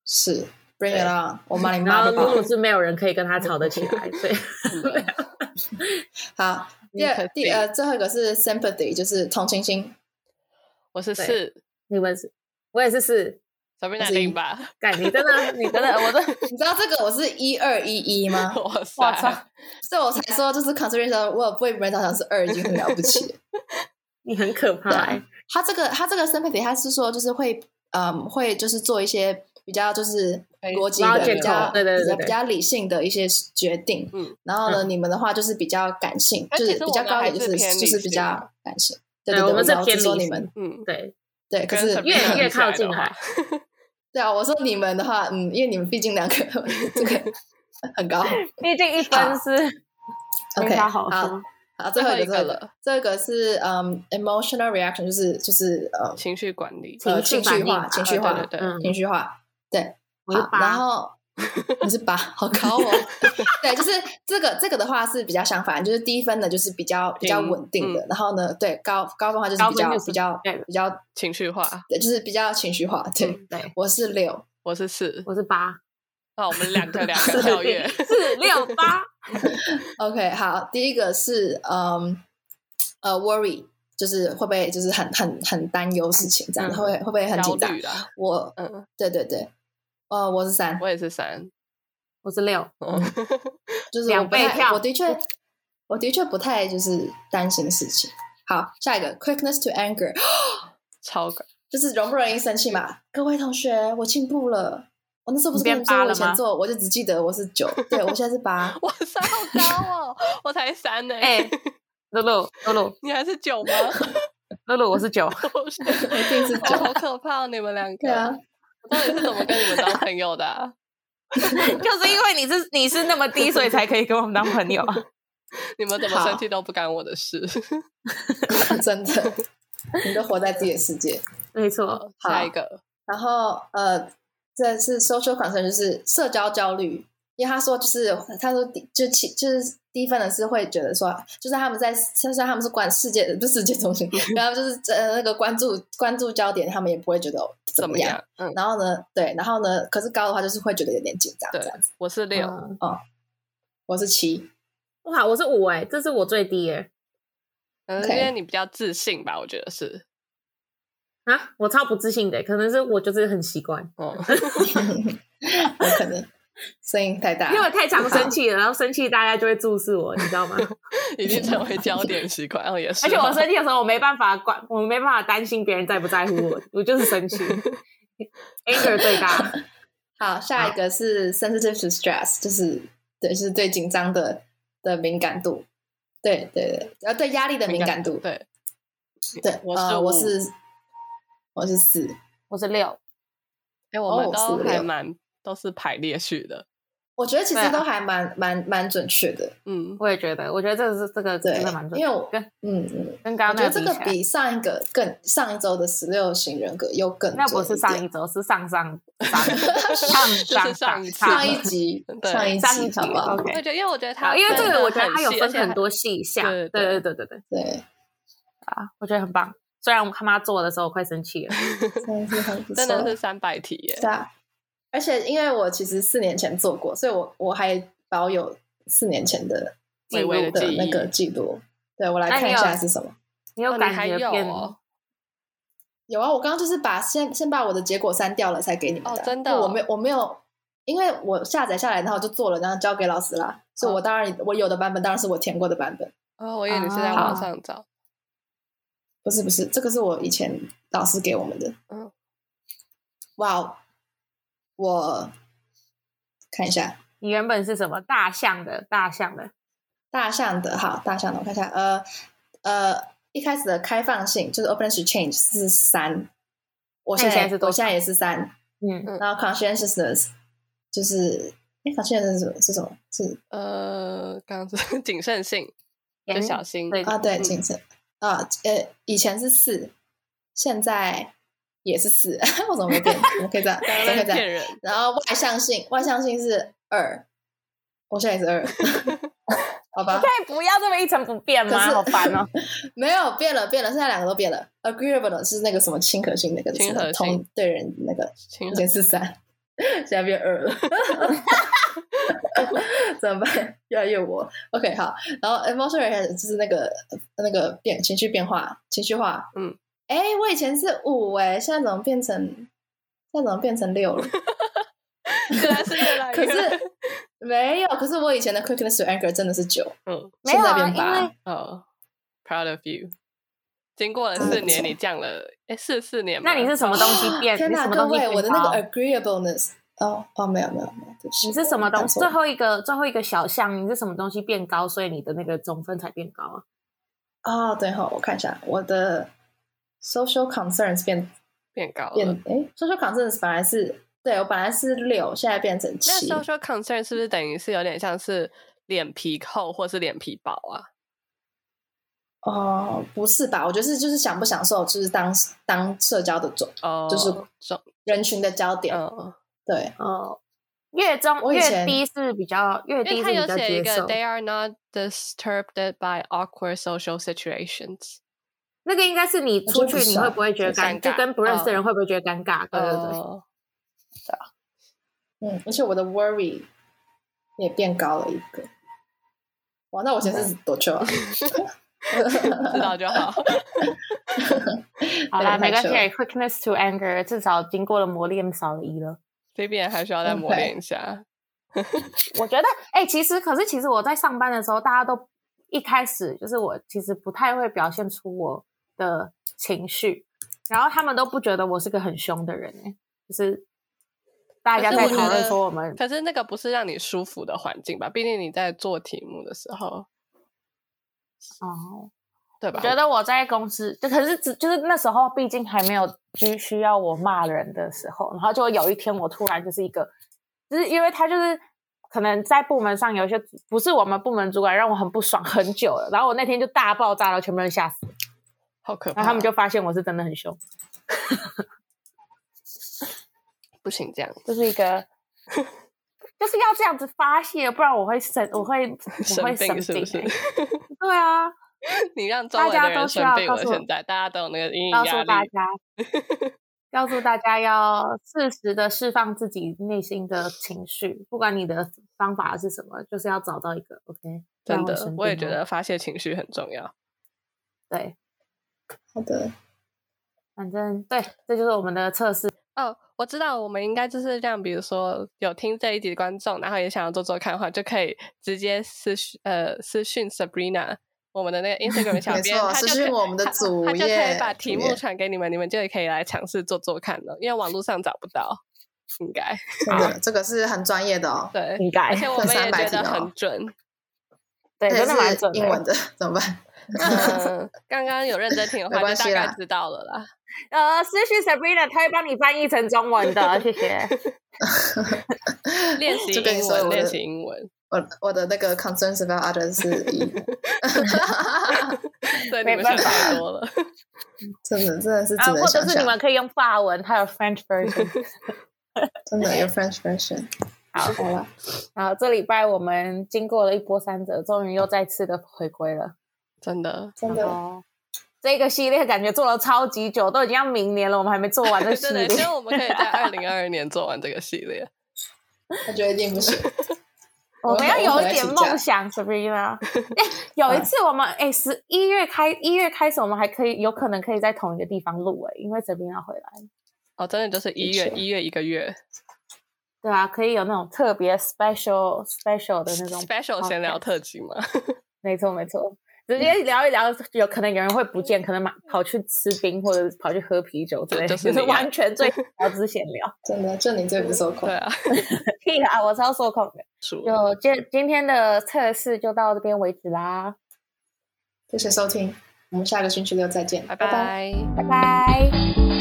[SPEAKER 3] 是 bring it on，我骂你
[SPEAKER 2] 然
[SPEAKER 3] 骂
[SPEAKER 2] 后
[SPEAKER 3] 的爆
[SPEAKER 2] 露。露是没有人可以跟她吵得起来，所以
[SPEAKER 1] 嗯
[SPEAKER 2] 啊
[SPEAKER 3] 好，第二
[SPEAKER 1] Empathy
[SPEAKER 3] 第呃最后一个是 sympathy，就是同情心。
[SPEAKER 1] 我是
[SPEAKER 2] 对
[SPEAKER 1] 四
[SPEAKER 2] 你们是，我也是四。
[SPEAKER 1] ，Sabrina
[SPEAKER 3] 是一
[SPEAKER 1] 零吧，
[SPEAKER 2] 干，你真的，你真的， 我真的
[SPEAKER 3] 你知道这个我是一二一一 吗？
[SPEAKER 1] 哇
[SPEAKER 5] 哇操
[SPEAKER 1] 塞，
[SPEAKER 3] 所以我才说就是 consideration，我有为别人着想是二已经很了不起了。
[SPEAKER 2] 你很可怕
[SPEAKER 3] 对
[SPEAKER 2] 欸。
[SPEAKER 3] 啊，他这个他这个 sympathy，他是说就是会嗯会就是做一些比较就是
[SPEAKER 1] 哎
[SPEAKER 3] 逻辑的、
[SPEAKER 1] logical，
[SPEAKER 3] 比较
[SPEAKER 2] 对对对
[SPEAKER 3] 比较
[SPEAKER 2] 对
[SPEAKER 3] 比较理性的一些决定。
[SPEAKER 1] 嗯，
[SPEAKER 3] 然后呢，你们的话就是比较感性，
[SPEAKER 1] 但
[SPEAKER 3] 就
[SPEAKER 1] 其
[SPEAKER 3] 是
[SPEAKER 1] 实
[SPEAKER 3] 比较
[SPEAKER 1] 我们
[SPEAKER 3] 高一
[SPEAKER 1] 还是
[SPEAKER 3] 点，就是
[SPEAKER 1] 偏
[SPEAKER 3] 就
[SPEAKER 1] 理
[SPEAKER 3] 是比
[SPEAKER 1] 性
[SPEAKER 3] 较感性。对
[SPEAKER 2] 对
[SPEAKER 3] 对，
[SPEAKER 2] 我们是
[SPEAKER 3] 然后只
[SPEAKER 2] 偏
[SPEAKER 3] 说
[SPEAKER 2] 理
[SPEAKER 3] 你
[SPEAKER 2] 性
[SPEAKER 3] 们
[SPEAKER 1] 嗯，
[SPEAKER 2] 对，
[SPEAKER 3] 对，可
[SPEAKER 1] 跟
[SPEAKER 3] 是
[SPEAKER 1] Sabrina
[SPEAKER 2] 越
[SPEAKER 1] 比
[SPEAKER 2] 越
[SPEAKER 1] 起来
[SPEAKER 2] 靠
[SPEAKER 1] 的
[SPEAKER 2] 近
[SPEAKER 1] 话
[SPEAKER 2] 来，
[SPEAKER 3] 对啊，我说你们的话，嗯，因为你们毕竟两个这个很高。
[SPEAKER 2] 毕竟一
[SPEAKER 3] 好
[SPEAKER 2] 分是
[SPEAKER 3] OK，
[SPEAKER 2] 他好
[SPEAKER 3] 好
[SPEAKER 2] 说。
[SPEAKER 3] 好，最后一
[SPEAKER 1] 最
[SPEAKER 3] 个，最
[SPEAKER 1] 后一
[SPEAKER 3] 后一
[SPEAKER 1] 个
[SPEAKER 3] 个，这个是嗯 emotional reaction，就是就是呃
[SPEAKER 1] 情绪管理，
[SPEAKER 3] 呃
[SPEAKER 2] 情绪
[SPEAKER 3] 情
[SPEAKER 2] 反
[SPEAKER 3] 绪
[SPEAKER 2] 应
[SPEAKER 3] 化
[SPEAKER 2] 吧
[SPEAKER 3] 情绪
[SPEAKER 1] 啊
[SPEAKER 3] 化
[SPEAKER 1] 对对对，
[SPEAKER 2] 嗯
[SPEAKER 3] 情绪化，对，
[SPEAKER 2] 我是
[SPEAKER 3] 好
[SPEAKER 2] 八
[SPEAKER 3] 然后你是八，好高哦。对，就是这个这个的话是比较相反，就是低分的，就是比较比较
[SPEAKER 1] 平
[SPEAKER 3] 稳定的，然后呢，对高高分的话就是
[SPEAKER 2] 高
[SPEAKER 3] 比
[SPEAKER 2] 分
[SPEAKER 3] 较
[SPEAKER 2] 就是
[SPEAKER 3] 比较
[SPEAKER 2] 对
[SPEAKER 3] 比较，
[SPEAKER 1] 情绪化，
[SPEAKER 3] 对就是比较情绪化。对，
[SPEAKER 2] 嗯对，
[SPEAKER 3] 我是六，
[SPEAKER 1] 我是四，
[SPEAKER 2] 我是八，
[SPEAKER 1] 哦那我们两 个两个跳跃，
[SPEAKER 2] 四 六八，
[SPEAKER 3] OK，好，第一个是嗯呃 worry，就是会不会就是很很很担忧事情这样，
[SPEAKER 1] 嗯
[SPEAKER 3] 会不会会不会很
[SPEAKER 1] 焦
[SPEAKER 3] 紧张？
[SPEAKER 1] 虑啦，
[SPEAKER 3] 我
[SPEAKER 1] 嗯，
[SPEAKER 3] 对对对，呃，我是三，
[SPEAKER 1] 我也是三，
[SPEAKER 2] 我是六，
[SPEAKER 1] 嗯
[SPEAKER 3] 就是我
[SPEAKER 2] 两
[SPEAKER 3] 不
[SPEAKER 2] 倍
[SPEAKER 3] 太
[SPEAKER 2] 跳
[SPEAKER 3] 我的确我的确不太就是担心事情。好，下一个 quickness to anger，
[SPEAKER 1] 超高，。
[SPEAKER 3] 就是容不容易生气嘛？各位同学，我进步了。我那时候不是
[SPEAKER 2] 你
[SPEAKER 3] 跟
[SPEAKER 2] 变八
[SPEAKER 3] 你们说我以
[SPEAKER 2] 了吗
[SPEAKER 3] 前做，我就只记得我是九，对我现在是八
[SPEAKER 1] 哇塞，好高哦，我才三呢，
[SPEAKER 2] 哎，露露露露
[SPEAKER 1] 你还是九 吗？
[SPEAKER 2] 露露，我是九，
[SPEAKER 1] 我 是
[SPEAKER 3] 一定是
[SPEAKER 1] 哇
[SPEAKER 3] 九。
[SPEAKER 1] 好可怕哦，你们两
[SPEAKER 3] 对
[SPEAKER 1] 个，
[SPEAKER 3] 啊，
[SPEAKER 1] 我到底是怎么跟你们当朋友的 啊？
[SPEAKER 2] 就是因为你是你是那么低，所以才可以跟我们当朋友啊。
[SPEAKER 1] 你们怎么
[SPEAKER 3] 好
[SPEAKER 1] 生气都不干我的 事。
[SPEAKER 3] 真的，你都活在自己的世界。
[SPEAKER 2] 没错，
[SPEAKER 1] 下一个，
[SPEAKER 3] 然后呃，这是 social concern，就是社交焦虑，因为他说就是他说低就其就是低分的是会觉得说，就是他们在就是他们是关世界不是世界中心，然后就是呃那个关注关注焦点，他们也不会觉得
[SPEAKER 1] 怎
[SPEAKER 3] 怎
[SPEAKER 1] 么
[SPEAKER 3] 么
[SPEAKER 1] 样？嗯，
[SPEAKER 3] 然后呢，对，然后呢，可是高的话就是会觉得有点紧张
[SPEAKER 1] 对
[SPEAKER 3] 这样子。
[SPEAKER 1] 我是六，
[SPEAKER 2] 嗯
[SPEAKER 3] 我是七，
[SPEAKER 2] 哇，我是五哎，这是我最低哎
[SPEAKER 1] 嗯，因
[SPEAKER 3] OK
[SPEAKER 1] 为你比较自信吧，我觉得是。
[SPEAKER 2] 啊，我超不自信的，可能是我就是很习惯，
[SPEAKER 1] 嗯，
[SPEAKER 3] 我可能声音太大
[SPEAKER 2] 因为我太常生气了，然后生气大家就会注视我，你知 道吗？
[SPEAKER 1] 已经成为焦点习惯，然哦后也是。
[SPEAKER 2] 而且我生气的时候，我没办法管，我没办法担心别人在不在乎我，我就是生气，anger 最大。
[SPEAKER 3] 好，下一个是 sensitive to stress，就是对，就是对紧张的的敏感度，对对对，然后对压力的敏感度，
[SPEAKER 1] 对，
[SPEAKER 3] 对，
[SPEAKER 1] 我是
[SPEAKER 3] 呃、
[SPEAKER 1] 五
[SPEAKER 3] 我是我是四，
[SPEAKER 2] 我是六，
[SPEAKER 1] 哎，我们
[SPEAKER 3] 哦我
[SPEAKER 1] 都
[SPEAKER 3] 是
[SPEAKER 1] 还
[SPEAKER 3] 六
[SPEAKER 1] 蛮都是排列序的，
[SPEAKER 3] 我觉得其
[SPEAKER 2] 对
[SPEAKER 3] 实
[SPEAKER 2] 啊
[SPEAKER 3] 都还蛮蛮蛮准确的，
[SPEAKER 1] 嗯，
[SPEAKER 2] 我也觉得，我觉得这个是这个
[SPEAKER 3] 对
[SPEAKER 2] 真的蛮，准，
[SPEAKER 3] 因为我
[SPEAKER 2] 跟
[SPEAKER 3] 嗯嗯，
[SPEAKER 2] 跟刚
[SPEAKER 3] 我
[SPEAKER 2] 刚
[SPEAKER 3] 觉
[SPEAKER 2] 那
[SPEAKER 3] 得
[SPEAKER 2] 个比
[SPEAKER 3] 这个
[SPEAKER 2] 起来，
[SPEAKER 3] 比上一个更上一周的十六型人格又更
[SPEAKER 2] 那不
[SPEAKER 3] 准
[SPEAKER 2] 是
[SPEAKER 3] 一
[SPEAKER 2] 上
[SPEAKER 3] 点
[SPEAKER 2] 一周，是上 上上上
[SPEAKER 1] 就是上
[SPEAKER 2] 上
[SPEAKER 1] 一次
[SPEAKER 3] 上
[SPEAKER 2] 上
[SPEAKER 3] 一集
[SPEAKER 1] 对
[SPEAKER 3] 上一
[SPEAKER 2] 上一
[SPEAKER 3] 集
[SPEAKER 2] 集
[SPEAKER 3] 好不好？
[SPEAKER 2] ，OK
[SPEAKER 1] 我。觉得因为我觉得
[SPEAKER 2] 好
[SPEAKER 1] 他
[SPEAKER 2] 因为这
[SPEAKER 1] 真的
[SPEAKER 2] 个我觉得它有
[SPEAKER 1] 细
[SPEAKER 2] 分
[SPEAKER 1] 而且
[SPEAKER 2] 很多细项，
[SPEAKER 1] 对
[SPEAKER 2] 对
[SPEAKER 1] 对
[SPEAKER 2] 对对对对
[SPEAKER 3] 对，
[SPEAKER 2] 啊，我觉得很棒。虽然我他妈做的时候我快生气了，
[SPEAKER 3] 真的是 很不错，
[SPEAKER 1] 真的是三百题耶
[SPEAKER 3] 是，啊，而且因为我其实四年前做过，所以我我还保有四年前的
[SPEAKER 1] 微
[SPEAKER 3] 记录
[SPEAKER 1] 微的
[SPEAKER 3] 的
[SPEAKER 1] 记忆
[SPEAKER 3] 那个记录。对我来
[SPEAKER 2] 那你
[SPEAKER 3] 看一
[SPEAKER 2] 有
[SPEAKER 3] 下是什么。
[SPEAKER 2] 你有
[SPEAKER 1] 哦
[SPEAKER 2] 感
[SPEAKER 1] 你还
[SPEAKER 2] 觉
[SPEAKER 1] 有
[SPEAKER 2] 变
[SPEAKER 1] 哦
[SPEAKER 3] 有啊，我刚刚就是把先先把我的结果删掉了，才给你们的啊。
[SPEAKER 1] 哦真的
[SPEAKER 3] 因为
[SPEAKER 1] 哦
[SPEAKER 3] 我没有我没有，因为我下载下来，然后就做了，然后交给老师啦。所以我当然、我有的版本当然是我填过的版本，
[SPEAKER 1] 哦，我以为你是
[SPEAKER 2] 啊
[SPEAKER 1] 在网上找，
[SPEAKER 3] 不是不是，这个是我以前老师给我们的。
[SPEAKER 1] 嗯，
[SPEAKER 3] 哇哦，我看一下
[SPEAKER 2] 你原本是什么大象的大象的，
[SPEAKER 3] 大象的，好，大象的，我看一下，呃呃，一开始的开放性就是 openness to change 是三，我现
[SPEAKER 2] 那你现在
[SPEAKER 3] 在
[SPEAKER 2] 是多
[SPEAKER 3] 我
[SPEAKER 2] 少
[SPEAKER 3] 现在也是三，
[SPEAKER 2] 嗯，
[SPEAKER 1] 嗯
[SPEAKER 3] 然后 conscientiousness 就是哎，conscientiousness 是什么是什么？是
[SPEAKER 1] 呃，刚刚是 谨慎性，就
[SPEAKER 2] 严
[SPEAKER 1] 小心，
[SPEAKER 2] 对
[SPEAKER 3] 啊，对，
[SPEAKER 1] 嗯
[SPEAKER 3] 谨慎啊，呃，以前是四，现在也是四， 我怎么没变？怎么可以 这样？
[SPEAKER 1] 刚
[SPEAKER 3] 怎
[SPEAKER 1] 刚
[SPEAKER 3] 么
[SPEAKER 1] 在
[SPEAKER 3] 可以这样
[SPEAKER 1] 骗？ 人，
[SPEAKER 3] 然后外向性，外向性是二，我现在也 是二，好吧
[SPEAKER 2] 可，以不要这么一成不变
[SPEAKER 3] 可
[SPEAKER 2] 吗？
[SPEAKER 3] 是
[SPEAKER 2] 好烦哦！
[SPEAKER 3] 没有变了，变了，现在两个都变了。Agreeable 是那个什么亲和性那个字，
[SPEAKER 1] 亲和性
[SPEAKER 3] 同对人那个，
[SPEAKER 1] 亲
[SPEAKER 3] 以
[SPEAKER 1] 和
[SPEAKER 3] 前是三， 现在变二了， 怎么办？越来越我 OK 好，然后哎 emotion 就是那个那个变情绪变化，情绪化，
[SPEAKER 1] 嗯，
[SPEAKER 3] 哎，我以前是五哎，现在怎么变成现在怎么变成六了？
[SPEAKER 1] 原来是越来越，
[SPEAKER 3] 可是没有，可是我以前的 quickness to anger 真的是九，
[SPEAKER 1] 嗯
[SPEAKER 2] 没有
[SPEAKER 3] 现在
[SPEAKER 2] 啊，
[SPEAKER 3] 变
[SPEAKER 2] 因
[SPEAKER 3] 八
[SPEAKER 2] 为。
[SPEAKER 1] 哦，proud of you。经过了
[SPEAKER 3] 真的
[SPEAKER 1] 四
[SPEAKER 3] 不
[SPEAKER 1] 年，
[SPEAKER 3] 错
[SPEAKER 1] 你降了，哎，是四年吗？
[SPEAKER 2] 嗯那你是什么东西变？
[SPEAKER 3] 天
[SPEAKER 2] 你
[SPEAKER 3] 哪，
[SPEAKER 2] 什么
[SPEAKER 3] 各
[SPEAKER 2] 东西
[SPEAKER 3] 位，
[SPEAKER 2] 变
[SPEAKER 3] 我的那
[SPEAKER 2] 高
[SPEAKER 3] 个 agreeableness，哦哦，没有没有没有，对不起
[SPEAKER 2] 你是什么东西？
[SPEAKER 3] 我
[SPEAKER 2] 最
[SPEAKER 3] 看错了
[SPEAKER 2] 后一个最后一个小项，你是什么东西变高，所以你的那个总分才变高啊？
[SPEAKER 3] 哦，对哈，我看一下，我的 social concerns 变
[SPEAKER 1] 变高
[SPEAKER 3] 变
[SPEAKER 1] 了？
[SPEAKER 3] 诶 s o c i a l concerns 本来是对我本来是六，现在变成
[SPEAKER 1] 那
[SPEAKER 3] 七，
[SPEAKER 1] social concern 是不是等于是有点像是脸皮厚或是脸皮薄啊？
[SPEAKER 3] 哦，不是吧？我觉得是就是享不享受，就是当当社交的种
[SPEAKER 1] 哦，
[SPEAKER 3] 就是
[SPEAKER 1] 重，
[SPEAKER 3] 人群的焦点，
[SPEAKER 1] 嗯，
[SPEAKER 3] 对，
[SPEAKER 2] 哦，越中
[SPEAKER 3] 我以
[SPEAKER 2] 越
[SPEAKER 3] 前
[SPEAKER 2] 低是比较越
[SPEAKER 1] 因为
[SPEAKER 2] 低是
[SPEAKER 1] 他
[SPEAKER 2] 比
[SPEAKER 1] 有
[SPEAKER 2] 较
[SPEAKER 1] 写一
[SPEAKER 2] 接
[SPEAKER 1] 个
[SPEAKER 2] 受，
[SPEAKER 1] they are not disturbed by awkward social situations。
[SPEAKER 2] 那个应该是你
[SPEAKER 3] 我
[SPEAKER 2] 出
[SPEAKER 3] 觉
[SPEAKER 2] 去
[SPEAKER 3] 得不啊
[SPEAKER 2] 你
[SPEAKER 3] 算
[SPEAKER 2] 会不会觉得
[SPEAKER 1] 尴
[SPEAKER 2] 尴，
[SPEAKER 1] 尬
[SPEAKER 2] 就跟不认识
[SPEAKER 1] 嗯
[SPEAKER 2] 的人会不会觉得尴尬？对对对，
[SPEAKER 1] 哦
[SPEAKER 3] 嗯，而且我的 worry 也变高了一个，哇，那我现在是多久 啊？
[SPEAKER 1] 知道就好。
[SPEAKER 2] 好啦，
[SPEAKER 3] 对
[SPEAKER 2] 没关系
[SPEAKER 3] 太久
[SPEAKER 2] ，quickness to anger 至少经过了磨练，少了一了。
[SPEAKER 1] 这边还需要再磨练一下。
[SPEAKER 2] 我觉得，哎、其实可是其实我在上班的时候，大家都一开始就是我其实不太会表现出我的情绪，然后他们都不觉得我是个很凶的人、哎，就是大家
[SPEAKER 1] 可是
[SPEAKER 2] 在
[SPEAKER 1] 我
[SPEAKER 2] 讨
[SPEAKER 1] 觉
[SPEAKER 2] 论
[SPEAKER 1] 得
[SPEAKER 2] 说我们
[SPEAKER 1] 可是那个不是让你舒服的环境吧？毕竟你在做题目的时候，
[SPEAKER 2] 哦，
[SPEAKER 1] 对吧
[SPEAKER 2] 我？觉得我在公司就可是只就是那时候，毕竟还没有需需要我骂人的时候，然后就有一天我突然就是一个，就是因为他就是可能在部门上有一些不是我们部门主管让我很不爽很久了，然后我那天就大爆炸了，全部人吓死了，
[SPEAKER 1] 好可怕。
[SPEAKER 2] 然后他们就发现我是真的 很凶，
[SPEAKER 1] 不行这样，
[SPEAKER 2] 就是一个。就是要这样子发泄，不然我会生，我会我
[SPEAKER 1] 生
[SPEAKER 2] 会生
[SPEAKER 1] 病是不是
[SPEAKER 2] 欸？对啊，
[SPEAKER 1] 你让周围的
[SPEAKER 2] 大家
[SPEAKER 1] 人
[SPEAKER 2] 都需
[SPEAKER 1] 生
[SPEAKER 2] 要
[SPEAKER 1] 病
[SPEAKER 2] 告
[SPEAKER 1] 了，
[SPEAKER 2] 诉我
[SPEAKER 1] 现在大家都有那个阴影
[SPEAKER 2] 告诉
[SPEAKER 1] 压
[SPEAKER 2] 大
[SPEAKER 1] 力。
[SPEAKER 2] 家，告诉大家要适时的释放自己内心的情绪，不管你的方法是什么，就是要找到一个 OK。
[SPEAKER 1] 真的，我也觉得发泄情绪很重要。
[SPEAKER 2] 哦对，
[SPEAKER 3] 好的，
[SPEAKER 2] 反正对，这就是我们的测试。
[SPEAKER 1] 哦，我知道，我们应该就是这样，比如说有听这一集的观众，然后也想要做做看的话，就可以直接私讯呃私讯 Sabrina。我们的那 个 Instagram 小
[SPEAKER 3] 没
[SPEAKER 1] 编，
[SPEAKER 3] 错
[SPEAKER 1] 他就
[SPEAKER 3] 私
[SPEAKER 1] 可以
[SPEAKER 3] 讯我们的
[SPEAKER 1] 他
[SPEAKER 3] 主
[SPEAKER 1] 他就可以
[SPEAKER 3] 页
[SPEAKER 1] 把题
[SPEAKER 3] 主
[SPEAKER 1] 目
[SPEAKER 3] 页
[SPEAKER 1] 传给你们，你们就可以来尝试做做看了，因为网络上找不到，应该
[SPEAKER 3] 真的，这个是很专业的哦，
[SPEAKER 1] 对，
[SPEAKER 2] 应该
[SPEAKER 1] 而且我
[SPEAKER 3] 这
[SPEAKER 1] 们也
[SPEAKER 3] 300
[SPEAKER 1] 觉得
[SPEAKER 3] 题哦
[SPEAKER 1] 很 准，
[SPEAKER 2] 对，
[SPEAKER 3] 这也
[SPEAKER 2] 真的蛮
[SPEAKER 3] 是
[SPEAKER 2] 准
[SPEAKER 3] 英文
[SPEAKER 2] 的。
[SPEAKER 3] 的，怎么办？
[SPEAKER 1] 嗯，刚刚有认真听的
[SPEAKER 3] 没
[SPEAKER 1] 话，
[SPEAKER 3] 关
[SPEAKER 1] 就大
[SPEAKER 3] 系
[SPEAKER 1] 概
[SPEAKER 3] 啦
[SPEAKER 1] 知道了 啦。
[SPEAKER 2] 呃，私讯 Sabrina，她会帮你翻译成中文的，谢谢。
[SPEAKER 1] 练习
[SPEAKER 3] 就跟你
[SPEAKER 1] 英
[SPEAKER 3] 说
[SPEAKER 1] 文，
[SPEAKER 3] 我
[SPEAKER 1] 练
[SPEAKER 3] 的
[SPEAKER 1] 习英 文。
[SPEAKER 3] 我我的那个 concerns about others 是 一，
[SPEAKER 1] 对，你
[SPEAKER 2] 没
[SPEAKER 1] 们
[SPEAKER 2] 办
[SPEAKER 1] 想太多了。
[SPEAKER 3] 真的真的是只
[SPEAKER 2] 啊，
[SPEAKER 3] 能
[SPEAKER 2] 或者
[SPEAKER 3] 想
[SPEAKER 2] 是你
[SPEAKER 3] 象，
[SPEAKER 2] 们可以用法文，还有 French version。
[SPEAKER 3] 真 的有 French version。
[SPEAKER 2] 好
[SPEAKER 3] 好了，
[SPEAKER 2] 然后这礼拜我们经过了一波三折，终于又再次的回归了。
[SPEAKER 1] 真的，
[SPEAKER 3] 真的
[SPEAKER 2] 哦，这个系列感觉做了超级久，都已经要明年了，我们还没做 完这系
[SPEAKER 1] 真的，
[SPEAKER 2] 列。
[SPEAKER 1] 希望我们可以在二零二二年做完这个系列。
[SPEAKER 3] 我觉得一定不行。
[SPEAKER 2] 我们要有一点
[SPEAKER 3] 我们
[SPEAKER 2] 梦
[SPEAKER 3] 来请
[SPEAKER 2] 想，Sabrina。哎有一次我们哎十一月开一月开始，我们还可以有可能可以在同一个地方录哎，因为 Sabrina 回来。
[SPEAKER 1] 哦，真的就是一月，一月一个月
[SPEAKER 2] 对啊，可以有那种特别 special special 的那种
[SPEAKER 1] special 闲聊
[SPEAKER 2] podcast
[SPEAKER 1] 特辑嘛。
[SPEAKER 2] 没错没错，直接聊一聊，有可能有人会不见，可能买跑去吃冰或者跑去喝啤酒之类的，
[SPEAKER 1] 就
[SPEAKER 2] 就是是
[SPEAKER 1] 你啊
[SPEAKER 2] 完全最聊之闲聊。
[SPEAKER 3] 真的，就你最不受控
[SPEAKER 1] 对。 啊，
[SPEAKER 2] 屁啦，我超受控的。
[SPEAKER 1] 数
[SPEAKER 2] 就今今天的测试就到这边为止啦，
[SPEAKER 3] 谢谢收听，我们下个星期六再见，
[SPEAKER 1] 拜
[SPEAKER 3] 拜。
[SPEAKER 1] 拜。
[SPEAKER 2] 拜拜。